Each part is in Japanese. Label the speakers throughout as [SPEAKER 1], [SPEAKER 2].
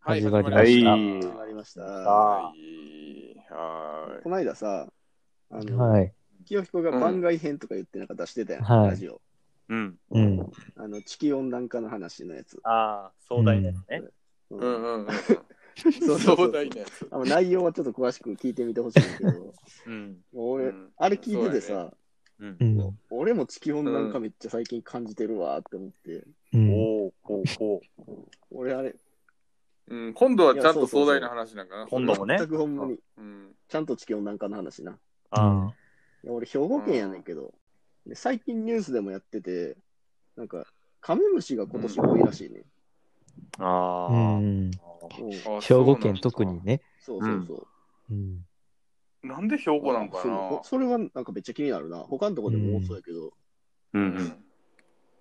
[SPEAKER 1] はい
[SPEAKER 2] 始まり
[SPEAKER 1] は
[SPEAKER 2] ま
[SPEAKER 1] い始
[SPEAKER 2] した。
[SPEAKER 1] 始
[SPEAKER 3] まりました。
[SPEAKER 1] は
[SPEAKER 3] こ
[SPEAKER 1] い。は
[SPEAKER 3] の間さ、あの、
[SPEAKER 2] はい。
[SPEAKER 3] 清彦が番外編とか言ってなんか出してたやん、
[SPEAKER 2] うんはい
[SPEAKER 3] ラジオ。
[SPEAKER 1] い。うん。
[SPEAKER 2] うん。
[SPEAKER 3] あの、地球温暖化の話のやつ。
[SPEAKER 4] ああ、壮大なやつね。
[SPEAKER 3] うん
[SPEAKER 1] うんうんうん。
[SPEAKER 3] そうそうそう
[SPEAKER 1] 壮大なやつ。
[SPEAKER 3] あの内容はちょっと詳しく聞いてみてほしいんだけど、もう
[SPEAKER 1] うん。
[SPEAKER 3] 俺、
[SPEAKER 1] うん
[SPEAKER 3] あれ聞いてて
[SPEAKER 1] そうだ
[SPEAKER 3] さ、
[SPEAKER 1] うん
[SPEAKER 2] う。ん。
[SPEAKER 3] 俺も地球温暖化めっちゃ最近感じてるわって思って、
[SPEAKER 2] うん。
[SPEAKER 4] おおおお
[SPEAKER 3] 俺あれ、
[SPEAKER 1] うん、今度はちゃんと壮大な話なんかな。
[SPEAKER 4] 今度もね
[SPEAKER 3] 全くほんまに、
[SPEAKER 1] うん。
[SPEAKER 3] ちゃんと地球温暖化の話な。
[SPEAKER 4] あ
[SPEAKER 3] いや俺、兵庫県やねんけど、で最近ニュースでもやってて、なんか、カメムシが今年多いらしいね。
[SPEAKER 4] あ。あ
[SPEAKER 2] う
[SPEAKER 4] あ。
[SPEAKER 2] ん。
[SPEAKER 3] うんそう
[SPEAKER 1] あ
[SPEAKER 2] 兵庫県特。
[SPEAKER 1] そうなん
[SPEAKER 2] に
[SPEAKER 1] だ
[SPEAKER 2] ね。
[SPEAKER 3] そうそ
[SPEAKER 2] う
[SPEAKER 3] う。
[SPEAKER 2] ん。
[SPEAKER 1] なんで兵庫なんか
[SPEAKER 3] そうそれはなんかめっちゃ気になるな。他のとこでも多そうやけど、
[SPEAKER 4] う
[SPEAKER 1] な。
[SPEAKER 4] ん。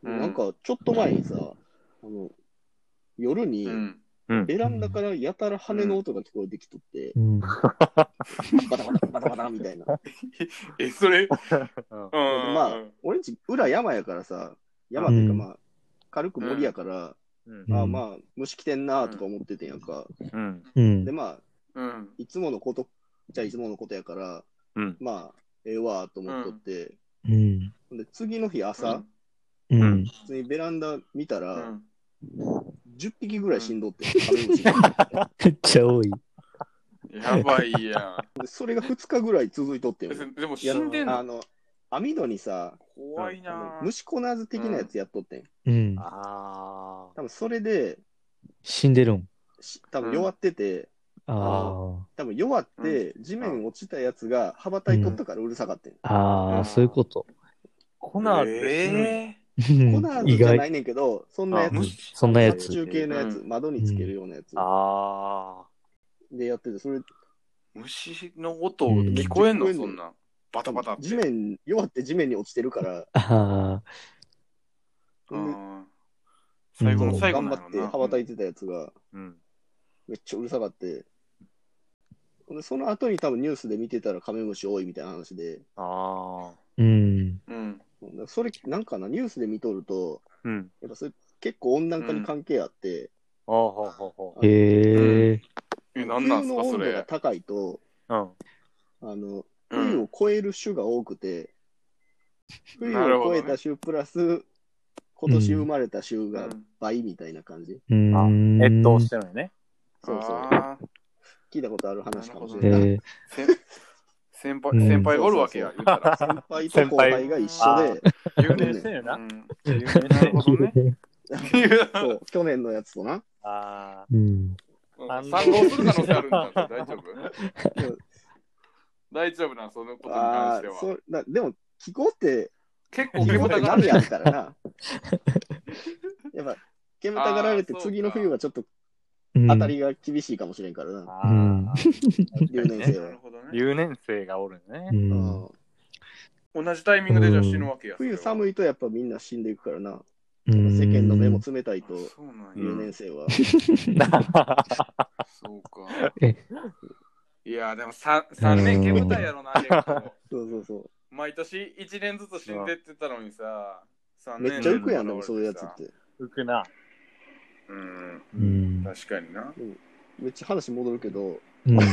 [SPEAKER 1] うん
[SPEAKER 3] なんかちょっと前にさ、あの夜に
[SPEAKER 1] うん。
[SPEAKER 4] うん。
[SPEAKER 3] ベランダからやたら羽の音が聞こえてきとって、
[SPEAKER 2] うん。
[SPEAKER 3] バタバタバタバタみたいな。
[SPEAKER 1] え、それ、
[SPEAKER 4] うん
[SPEAKER 1] うん。
[SPEAKER 3] まあ、俺んち裏山やからさ、山っていうかまあ、軽く森やから、
[SPEAKER 4] うん。
[SPEAKER 3] まあまあ、虫来てんなとか思っててんやんか。
[SPEAKER 4] うん。
[SPEAKER 2] うん
[SPEAKER 3] で。まあ、
[SPEAKER 1] うん。
[SPEAKER 3] いつものこと、じゃあいつものことやから、
[SPEAKER 4] うん
[SPEAKER 3] まあ、ええわと思っとって、
[SPEAKER 2] うん。
[SPEAKER 3] ほんで次の日朝、
[SPEAKER 2] うん。
[SPEAKER 4] うん
[SPEAKER 3] 普通にベランダ見たら、
[SPEAKER 1] うん。
[SPEAKER 3] 10匹ぐらい死んどって、カメムシが
[SPEAKER 2] めっちゃ多い。
[SPEAKER 1] やばいや
[SPEAKER 3] でそれが2日ぐらい続いとってんよ
[SPEAKER 1] ん。でも死んでん
[SPEAKER 3] あ
[SPEAKER 1] の
[SPEAKER 3] の、網戸にさ、
[SPEAKER 1] 怖いな
[SPEAKER 3] あの。虫コナーズ的なやつやっとってん。
[SPEAKER 2] うん。
[SPEAKER 4] あ
[SPEAKER 3] 多分それで、
[SPEAKER 2] 死んでるん。
[SPEAKER 3] し多分弱ってて、
[SPEAKER 2] あ
[SPEAKER 3] 多分弱って、地面落ちたやつが羽ばたいとったからうるさかってん。
[SPEAKER 2] あ。ああ、そういうこと。
[SPEAKER 4] コナーズで死ぬ
[SPEAKER 1] え
[SPEAKER 3] コナーズ
[SPEAKER 2] 意
[SPEAKER 3] じゃな
[SPEAKER 2] 外。
[SPEAKER 3] いねんけど、そんなや
[SPEAKER 4] あ
[SPEAKER 2] うん
[SPEAKER 3] つ、
[SPEAKER 2] そんなや
[SPEAKER 3] 殺
[SPEAKER 2] つ。
[SPEAKER 3] 虫系のやつ、
[SPEAKER 1] う
[SPEAKER 3] 窓につけるようなやつ
[SPEAKER 4] あ。あ
[SPEAKER 3] でやってて、それ、
[SPEAKER 1] ー虫の音聞こえんの、
[SPEAKER 3] うん
[SPEAKER 1] そんなん。バタバタって。
[SPEAKER 3] 地面、弱って地面に落ちてるから、
[SPEAKER 2] ああ。
[SPEAKER 1] うん最後の最後
[SPEAKER 3] 頑
[SPEAKER 1] な
[SPEAKER 3] 張
[SPEAKER 1] の
[SPEAKER 3] って羽ばたい
[SPEAKER 1] て。
[SPEAKER 3] てたやつが、
[SPEAKER 4] うん。
[SPEAKER 3] めっちゃうるさかって、ほんでその後に多分ニュースで見てたらカメムシ多いみたいな話で、
[SPEAKER 4] ああ。
[SPEAKER 2] うん。
[SPEAKER 1] うん。
[SPEAKER 3] それなんかな、ニュースで見とると、
[SPEAKER 4] うん。
[SPEAKER 3] やっぱそれ結構温暖化に関係あって、
[SPEAKER 4] ああ、ほうほうほ
[SPEAKER 2] へえ。
[SPEAKER 1] え、
[SPEAKER 3] 地
[SPEAKER 1] なん
[SPEAKER 3] 球
[SPEAKER 1] なんす
[SPEAKER 3] の
[SPEAKER 1] か、そ
[SPEAKER 3] 温度が
[SPEAKER 1] れ。
[SPEAKER 3] 高いと、
[SPEAKER 4] う。うん。
[SPEAKER 3] あの
[SPEAKER 1] う
[SPEAKER 3] 冬
[SPEAKER 1] ん
[SPEAKER 3] を超える種が多くて、冬
[SPEAKER 1] なる
[SPEAKER 3] を
[SPEAKER 1] ほど
[SPEAKER 3] 超
[SPEAKER 1] ね
[SPEAKER 3] えた種プラス、今年生まれた種
[SPEAKER 1] う
[SPEAKER 3] が
[SPEAKER 1] ん
[SPEAKER 3] 倍みたいな感じ。
[SPEAKER 2] うん。
[SPEAKER 4] 越冬してるのね。
[SPEAKER 3] そうそう。
[SPEAKER 1] あー
[SPEAKER 3] 聞いたことある話かもし
[SPEAKER 1] な
[SPEAKER 3] れない。
[SPEAKER 1] る
[SPEAKER 2] え
[SPEAKER 1] せん先
[SPEAKER 2] う
[SPEAKER 1] 輩、
[SPEAKER 2] ん
[SPEAKER 1] 先輩おるわけや、
[SPEAKER 3] そ
[SPEAKER 1] 言
[SPEAKER 3] う
[SPEAKER 1] うたら。
[SPEAKER 3] 先輩と後輩が一緒で、
[SPEAKER 4] 有名してるよ
[SPEAKER 1] う
[SPEAKER 4] な。
[SPEAKER 1] ん
[SPEAKER 4] 有名
[SPEAKER 1] なるほどね。
[SPEAKER 2] ー。
[SPEAKER 3] そう去年のやつとな、
[SPEAKER 4] あ
[SPEAKER 2] うん。
[SPEAKER 1] 参考する可能性あるんだって大丈夫大丈夫な、そのことに関
[SPEAKER 3] あ
[SPEAKER 1] して
[SPEAKER 3] ー
[SPEAKER 1] は。
[SPEAKER 3] そなでも気候って
[SPEAKER 1] 結構、
[SPEAKER 3] 気
[SPEAKER 1] 手
[SPEAKER 3] 候っ
[SPEAKER 1] 応
[SPEAKER 3] て
[SPEAKER 1] えがあ
[SPEAKER 3] 鍋
[SPEAKER 1] る
[SPEAKER 3] やからな やっぱ煙たがられて
[SPEAKER 1] あー
[SPEAKER 3] 次の冬はちょっと
[SPEAKER 2] 当
[SPEAKER 3] 当た。りが厳しいかもしれんからな、
[SPEAKER 4] あ。
[SPEAKER 2] うん
[SPEAKER 4] ああ。
[SPEAKER 3] 留年生
[SPEAKER 1] な
[SPEAKER 3] は
[SPEAKER 1] る、ほどね。
[SPEAKER 4] 留年生がおるね
[SPEAKER 2] う。。
[SPEAKER 3] うんん、
[SPEAKER 1] 同じタイミングでじゃあ死ぬわけや。
[SPEAKER 3] 冬
[SPEAKER 1] い。
[SPEAKER 3] 寒いとやっぱみんな死んでいくからな、
[SPEAKER 2] うん
[SPEAKER 3] 世間の目も冷たいと
[SPEAKER 1] そうなん
[SPEAKER 3] 留
[SPEAKER 1] や。
[SPEAKER 3] 年生は、
[SPEAKER 1] そうか
[SPEAKER 2] え。
[SPEAKER 1] いや、でもさ三年煙たいやろな、結構。
[SPEAKER 3] そうそうそう
[SPEAKER 1] 毎年1年ずつ死んでってたのにさ、三
[SPEAKER 3] め
[SPEAKER 1] 年
[SPEAKER 3] っちゃ浮くやんで
[SPEAKER 1] の
[SPEAKER 3] もそういうやつって
[SPEAKER 4] 浮くな。
[SPEAKER 1] うん、
[SPEAKER 2] うん。
[SPEAKER 1] 確かにな。
[SPEAKER 3] めっちゃ話戻るけど
[SPEAKER 2] うん。
[SPEAKER 3] だか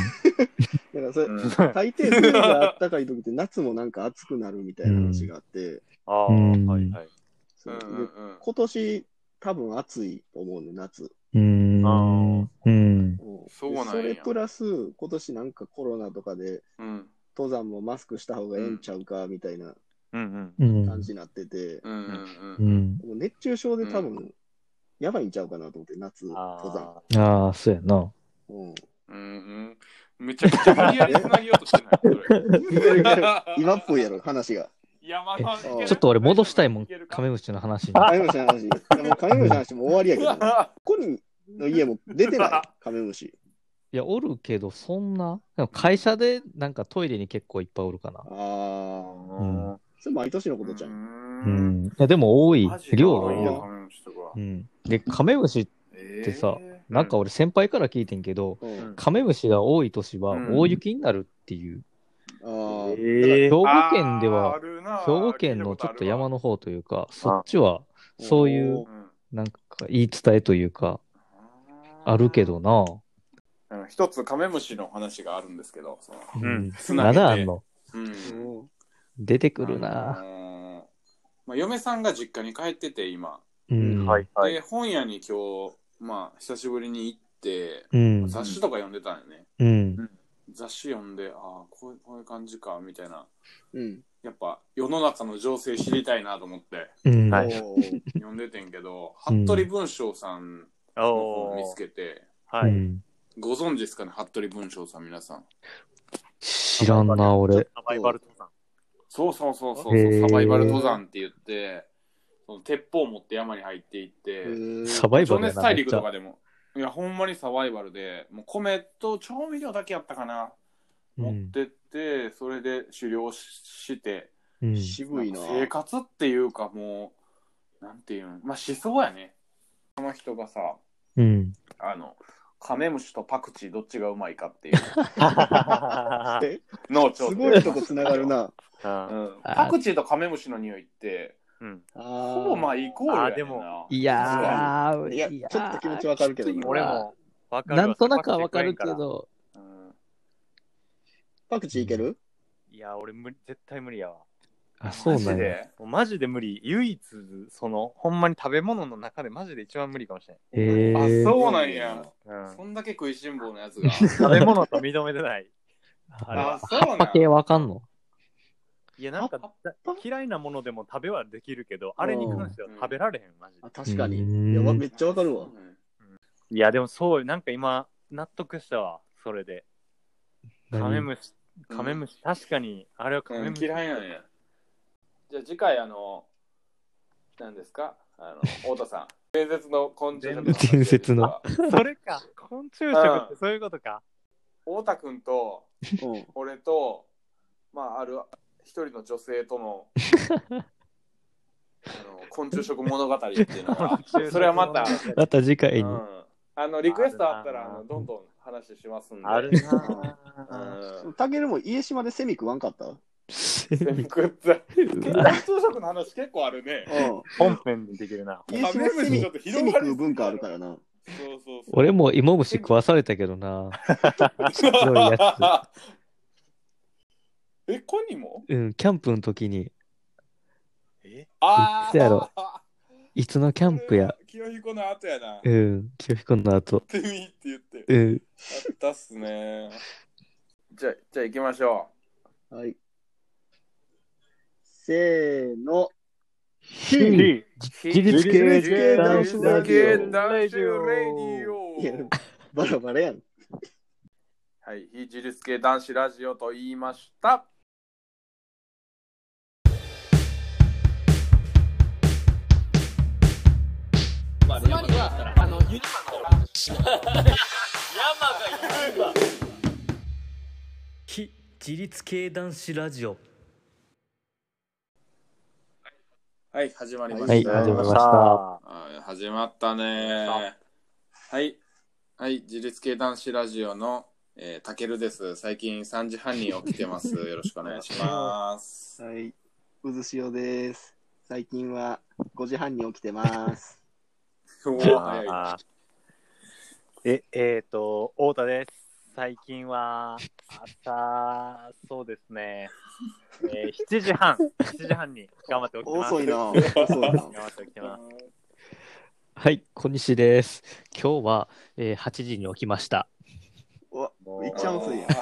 [SPEAKER 3] らそれ
[SPEAKER 1] うん
[SPEAKER 3] 大抵冬があったかい時って夏もなんか暑くなるみたいな話があって、
[SPEAKER 4] ああ、はいはい。
[SPEAKER 3] そううんで
[SPEAKER 1] うん
[SPEAKER 3] 今年多分暑いと思うね夏、
[SPEAKER 2] うん。うん。
[SPEAKER 3] うん
[SPEAKER 1] そうなんや
[SPEAKER 3] でそれプラス今年なんかコロナとかで
[SPEAKER 1] うん。
[SPEAKER 3] 登山もマスクした方がええんちゃうかみたいな
[SPEAKER 4] うん
[SPEAKER 2] う
[SPEAKER 3] 感
[SPEAKER 2] ん。
[SPEAKER 3] じになってて、
[SPEAKER 1] うんうんう。
[SPEAKER 2] うんん。
[SPEAKER 3] もう熱中症で多
[SPEAKER 1] う
[SPEAKER 3] 分やばいんちゃうかなと思って夏
[SPEAKER 4] うん。
[SPEAKER 3] 登山、
[SPEAKER 4] あ
[SPEAKER 2] ああ、そうやな。
[SPEAKER 3] うん
[SPEAKER 1] うんうん。めちゃくちゃ無理やりつなげようとしてない。それ
[SPEAKER 3] 今っぽいやろ話が
[SPEAKER 1] いや、まあ、
[SPEAKER 3] え
[SPEAKER 2] ちょっと俺戻したいもん、カ
[SPEAKER 1] カ
[SPEAKER 2] メ
[SPEAKER 1] メ。
[SPEAKER 2] ムシの話に。
[SPEAKER 3] カメムシの話。いやもうカメムシの話もう終わり やけどな。コニーの家も出てない、カメムシ。
[SPEAKER 2] いや、おるけど、そんな。でも会社でなんかトイレに結構いっぱいおるかな
[SPEAKER 3] あ。ー、
[SPEAKER 4] あ。
[SPEAKER 3] それ毎年のことじゃん。
[SPEAKER 2] うんん。いや、でも多い
[SPEAKER 1] マジ。か
[SPEAKER 2] 量が
[SPEAKER 3] 多い
[SPEAKER 2] 多
[SPEAKER 3] よ
[SPEAKER 2] い。うん。で、カメムシって、
[SPEAKER 1] え
[SPEAKER 2] でさ
[SPEAKER 1] え
[SPEAKER 2] なんか俺先輩から聞いてんけど、
[SPEAKER 3] うん、
[SPEAKER 2] カメムシが多い年は
[SPEAKER 1] うん
[SPEAKER 2] 大雪になるっていう。
[SPEAKER 3] あー
[SPEAKER 4] え
[SPEAKER 2] 兵
[SPEAKER 4] え。
[SPEAKER 2] 庫県では、
[SPEAKER 1] 兵
[SPEAKER 2] 兵庫県のちょっと山
[SPEAKER 1] の。
[SPEAKER 2] の方というか、そっちはそういう
[SPEAKER 1] うん
[SPEAKER 2] なんか言い伝えというか、
[SPEAKER 1] あ
[SPEAKER 2] あるけどな。
[SPEAKER 1] あの一つカメムシの話があるんですけど、その
[SPEAKER 4] ん
[SPEAKER 1] つな
[SPEAKER 2] ま
[SPEAKER 1] げて
[SPEAKER 2] だあんの
[SPEAKER 1] うん、
[SPEAKER 2] 出てくるな。
[SPEAKER 1] あのまあ、嫁さんが実家に帰ってて今、
[SPEAKER 2] うん。
[SPEAKER 4] はいはい
[SPEAKER 1] で。本屋に今日まあ久しぶりに行って、
[SPEAKER 2] うん。
[SPEAKER 1] 雑誌とか読んでたんよね
[SPEAKER 2] うん。
[SPEAKER 1] 雑誌読んでああこうこういう感じかみたいな
[SPEAKER 3] うん。
[SPEAKER 1] やっぱ世の中の情勢知りたいなと思って
[SPEAKER 2] うん。
[SPEAKER 4] はい
[SPEAKER 3] おー
[SPEAKER 1] 読んでてんけど、
[SPEAKER 2] うん
[SPEAKER 1] 服部文章さんの本を見つけて
[SPEAKER 4] は
[SPEAKER 2] う
[SPEAKER 4] い。
[SPEAKER 2] ん
[SPEAKER 1] ご存知ですかね服部文章さん皆さん
[SPEAKER 2] 知らんな、俺。
[SPEAKER 4] サバイバル登山。
[SPEAKER 1] そうそうそうそう、
[SPEAKER 2] へー
[SPEAKER 1] サバイバル登山って言ってその鉄砲を持って山に入っていって、
[SPEAKER 3] へー
[SPEAKER 2] サバイバ
[SPEAKER 1] 情
[SPEAKER 2] ルや
[SPEAKER 1] 熱
[SPEAKER 2] な、
[SPEAKER 1] 大
[SPEAKER 2] めっ
[SPEAKER 1] 陸
[SPEAKER 2] ち
[SPEAKER 1] と
[SPEAKER 2] ゃ。
[SPEAKER 1] かでも。いや、ほんまにサバイバルで、もう米と調味料だけやったかな。
[SPEAKER 2] う
[SPEAKER 1] 持っ
[SPEAKER 2] ん
[SPEAKER 1] てって、それで狩猟しして、
[SPEAKER 2] うん。
[SPEAKER 3] 渋いな
[SPEAKER 1] なん。か生活っていうかもう、なんていうん、まあ思想やね。その人がさ、
[SPEAKER 2] うん。
[SPEAKER 1] あの、カメムシとパクチーどっちがうまいかっていう
[SPEAKER 3] え
[SPEAKER 1] のをちょっと
[SPEAKER 3] すごいとこつながるな。
[SPEAKER 1] う
[SPEAKER 4] あ
[SPEAKER 1] ん、パクチーとカメムシの匂いって、
[SPEAKER 3] ほ
[SPEAKER 1] ほぼまあイコールやねんな。
[SPEAKER 4] あーでも
[SPEAKER 2] いやー、
[SPEAKER 3] いや
[SPEAKER 2] ー
[SPEAKER 3] ちょっと気持ちわかるけどな
[SPEAKER 2] きついわ
[SPEAKER 4] 俺もわかるわ
[SPEAKER 2] なんとなくはわかるけ。
[SPEAKER 4] サバ食えんか
[SPEAKER 2] ど。
[SPEAKER 1] うん
[SPEAKER 3] パクチーいける
[SPEAKER 4] らいや、俺無理、絶対無理やわ。
[SPEAKER 2] あ、そう
[SPEAKER 1] マ
[SPEAKER 2] な
[SPEAKER 1] ジ
[SPEAKER 2] んや。
[SPEAKER 1] で
[SPEAKER 4] もうマジで無理。唯一、その、ほんまに食べ物の中でマジで一番無理かもしれ
[SPEAKER 2] へ
[SPEAKER 1] あ、
[SPEAKER 2] ー
[SPEAKER 1] そうなんや。
[SPEAKER 4] ない。うん
[SPEAKER 1] そんだけ食いしん坊のやつが。
[SPEAKER 4] 食べ物と認めてない。
[SPEAKER 2] あれ
[SPEAKER 1] あ、そう
[SPEAKER 2] 葉
[SPEAKER 1] な
[SPEAKER 2] っ
[SPEAKER 1] ん
[SPEAKER 2] ぱ系わかんの
[SPEAKER 4] いや、なんか
[SPEAKER 3] あ
[SPEAKER 4] だ嫌いなものでも食べはできるけど、あれに関しては食べられへん、マジで
[SPEAKER 3] あ。確か
[SPEAKER 2] うん
[SPEAKER 3] に。いやわめっちゃわかるわ。
[SPEAKER 4] いや、でもそうよ、なんか今、納得したわ、それで。カメ
[SPEAKER 2] 何
[SPEAKER 4] ムシ、カメムシ、確かに、あれはカメムシ。
[SPEAKER 1] 嫌いなんや。じゃあ次回、あの、何ですかあの、太田さん。 伝説の昆虫食。
[SPEAKER 2] 伝説の。
[SPEAKER 4] それか、昆虫食ってそういうことか。
[SPEAKER 1] 太田君と、
[SPEAKER 3] うん
[SPEAKER 1] 俺と、まあ、ある一人の女性と の、あの、昆虫食物語っていうのが、 それはまた、
[SPEAKER 2] また次回
[SPEAKER 1] う
[SPEAKER 2] に。
[SPEAKER 1] ん。あの、リクエストあったら、
[SPEAKER 4] あ
[SPEAKER 1] あ
[SPEAKER 4] るな
[SPEAKER 1] の、どんどん話しますんで。
[SPEAKER 4] あるな
[SPEAKER 1] う
[SPEAKER 4] ぁ。
[SPEAKER 1] ん。
[SPEAKER 3] タケルも家島でセミ食わんかったう
[SPEAKER 1] 全部食った。
[SPEAKER 2] う
[SPEAKER 1] 昆
[SPEAKER 2] わ
[SPEAKER 1] 虫食の話結構ある ね。
[SPEAKER 3] ん。
[SPEAKER 4] 本編にできるな。
[SPEAKER 3] 家島セミ、セミ食う文化あるからな。
[SPEAKER 1] そうそうそう。
[SPEAKER 2] 俺 も芋虫食わされたけどな。強いや
[SPEAKER 1] え、こにも
[SPEAKER 2] うん、キャンプの時に、
[SPEAKER 4] え
[SPEAKER 1] ああ。
[SPEAKER 2] そうやろいつのキャンプや、。
[SPEAKER 1] 清彦の後やな。
[SPEAKER 2] う
[SPEAKER 1] え
[SPEAKER 2] ん、清彦の後、
[SPEAKER 1] てみって言って。
[SPEAKER 2] うん、
[SPEAKER 1] あったっすね。じゃあ、じゃあ行きましょ
[SPEAKER 3] はい。せーの。
[SPEAKER 4] リ
[SPEAKER 1] う。
[SPEAKER 2] 自立
[SPEAKER 3] 系男子ラジオ
[SPEAKER 1] 男子レディオ
[SPEAKER 3] いやバラバラやん。
[SPEAKER 1] はい、非自立系男子ラジオと言いました。
[SPEAKER 5] つまりはあのユニバの
[SPEAKER 2] 非自立系男子ラジオ。
[SPEAKER 1] はい、始まりま
[SPEAKER 2] はい、
[SPEAKER 1] した。
[SPEAKER 2] 始まりまし
[SPEAKER 4] あ
[SPEAKER 2] た。
[SPEAKER 4] ー
[SPEAKER 1] はい始まったね。はい。はい、自立系男子ラジオの、えー、たけるです。最近3時半に起きて ます。よろしくお願いします。
[SPEAKER 3] はい。うずしおです。最近は5時半に起きてます。
[SPEAKER 1] おー早い
[SPEAKER 4] あーえ、えっ、と、太田です。最近は、朝、そうですね、えー、7時半、7時半に頑張って起きてます。
[SPEAKER 3] 遅 いな。遅いな
[SPEAKER 4] 頑。張って起きて ます。
[SPEAKER 2] はい、小西です。今日は、えー、8時に起きました。
[SPEAKER 3] うわ
[SPEAKER 4] も
[SPEAKER 3] めっちゃ遅いや
[SPEAKER 1] あ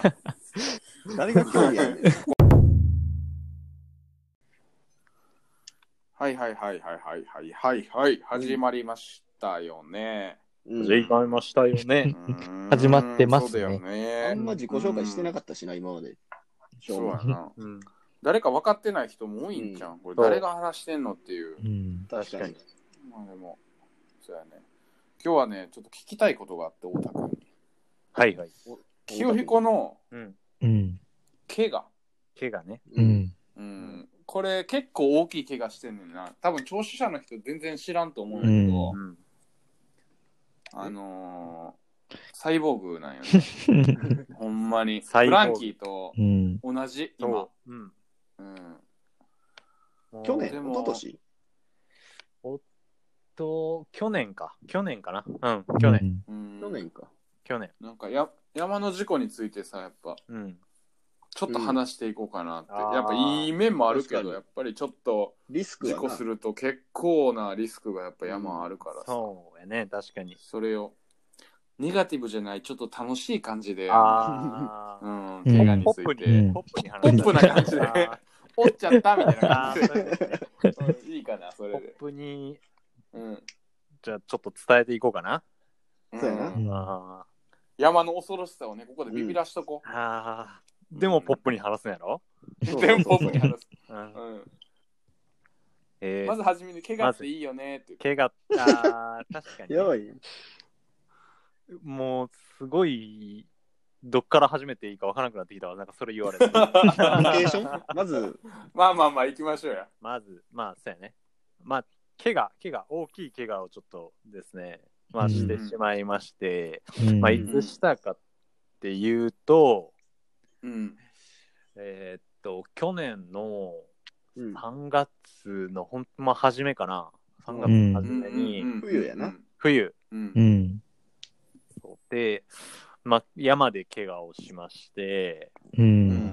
[SPEAKER 1] ー
[SPEAKER 3] ん。誰が興味あるねん
[SPEAKER 1] はいはいはいはいはいはいはいはい始まりましたよね。
[SPEAKER 3] うん
[SPEAKER 4] まましたよね。
[SPEAKER 1] うーん
[SPEAKER 2] 始まってますね
[SPEAKER 1] そうだよね。
[SPEAKER 3] あんま自己紹介してな
[SPEAKER 1] かっ
[SPEAKER 3] かったしな、今まで。
[SPEAKER 1] た。そうやな。
[SPEAKER 4] うん、
[SPEAKER 1] 誰か分かってない人も多いんじゃん。これ誰が話してんのっていう。
[SPEAKER 2] うん、
[SPEAKER 3] 確かに。
[SPEAKER 1] まあでも、そうやね。今日はね、ちょっと聞きたいことがあって、太田君に。
[SPEAKER 4] はいはい。
[SPEAKER 1] 清彦の
[SPEAKER 4] うん、
[SPEAKER 2] うん、
[SPEAKER 1] 怪我。
[SPEAKER 4] 怪我ね。
[SPEAKER 2] う。ん、
[SPEAKER 1] うん。これ結構大きい怪我してんねんな。多分、聴取者の人全然知らんと思うんだけど、
[SPEAKER 4] ん、
[SPEAKER 1] あのー、サイボーグなんよね。ほんまに。
[SPEAKER 4] サイ
[SPEAKER 1] フ
[SPEAKER 4] ボー
[SPEAKER 1] ラ
[SPEAKER 4] グ
[SPEAKER 1] ンキーと
[SPEAKER 2] うん、
[SPEAKER 1] 同じ、今
[SPEAKER 4] 今。、うん、
[SPEAKER 1] うん。
[SPEAKER 4] もう
[SPEAKER 3] 去
[SPEAKER 1] で
[SPEAKER 3] 年、
[SPEAKER 1] も
[SPEAKER 3] 一昨年
[SPEAKER 4] おと、去年か。去年かな。うん、去年。
[SPEAKER 2] 年。
[SPEAKER 1] うん
[SPEAKER 3] 去年か。
[SPEAKER 4] 去年。
[SPEAKER 1] なんかや山の事故についてさやっぱ
[SPEAKER 4] うん。
[SPEAKER 1] ちょっと話していこうかなって、
[SPEAKER 4] うんあー
[SPEAKER 1] やっぱいい面もあるけ
[SPEAKER 3] 確か
[SPEAKER 1] ど
[SPEAKER 3] に
[SPEAKER 1] やっぱりちょっと
[SPEAKER 3] リスク
[SPEAKER 1] 事
[SPEAKER 3] は
[SPEAKER 1] 故
[SPEAKER 3] な
[SPEAKER 1] すると結構なリスクがやっぱ山あるからさ、
[SPEAKER 4] そうやね、確かに。
[SPEAKER 1] それをネガティブじゃないちょっと楽しい感じで、
[SPEAKER 4] あ
[SPEAKER 1] う
[SPEAKER 4] あ。
[SPEAKER 1] ん、
[SPEAKER 2] うん
[SPEAKER 1] 怪我に
[SPEAKER 4] ポ
[SPEAKER 1] つ
[SPEAKER 4] ップ
[SPEAKER 1] い
[SPEAKER 2] うん
[SPEAKER 1] て、
[SPEAKER 4] に、ポップに話
[SPEAKER 1] ポップな感じで
[SPEAKER 4] あー
[SPEAKER 1] 折っちゃったみたいな
[SPEAKER 4] あ
[SPEAKER 1] 感
[SPEAKER 4] ーそういうことね
[SPEAKER 1] じでいいかなそ
[SPEAKER 4] ポ
[SPEAKER 1] れで
[SPEAKER 4] ッ、プに、
[SPEAKER 1] うん
[SPEAKER 4] じゃあちょっと伝えていこうかな。
[SPEAKER 3] そうやな
[SPEAKER 1] うん
[SPEAKER 2] あ
[SPEAKER 4] あ
[SPEAKER 1] 山の恐ろしさをねここでビビらしとこ
[SPEAKER 4] ーあー。でもポップに話すんやろ
[SPEAKER 1] う、
[SPEAKER 3] そうそうそう
[SPEAKER 1] 全部ポップに話す、
[SPEAKER 4] うん
[SPEAKER 1] うん
[SPEAKER 4] え
[SPEAKER 1] ま
[SPEAKER 4] ー
[SPEAKER 1] ずはじめに怪我っていいよねって
[SPEAKER 4] 怪我、あー確 かにね。
[SPEAKER 3] やばいね。
[SPEAKER 4] もう、すごい、どっから始めていいかわからなくなってきたわ。なんかそれ言われて。
[SPEAKER 3] ロケーションまず、
[SPEAKER 1] まあまあまあ行きましょうや
[SPEAKER 4] まず、まあ、そうやね。まあ、怪我、怪我、大きい怪我をちょっとですね、ま
[SPEAKER 2] う
[SPEAKER 4] あ、
[SPEAKER 2] ん
[SPEAKER 4] してしまいまして、
[SPEAKER 2] うん
[SPEAKER 4] まあ、いつしたかっていうと、
[SPEAKER 1] うん
[SPEAKER 4] えーっと、去年の
[SPEAKER 3] うん、
[SPEAKER 4] 3月のほんま初めかな。3月の初めに、
[SPEAKER 3] 冬やな
[SPEAKER 4] 冬
[SPEAKER 1] うん
[SPEAKER 2] うん。
[SPEAKER 4] で、まあ、山で怪我をしまして、
[SPEAKER 2] う。
[SPEAKER 1] うんん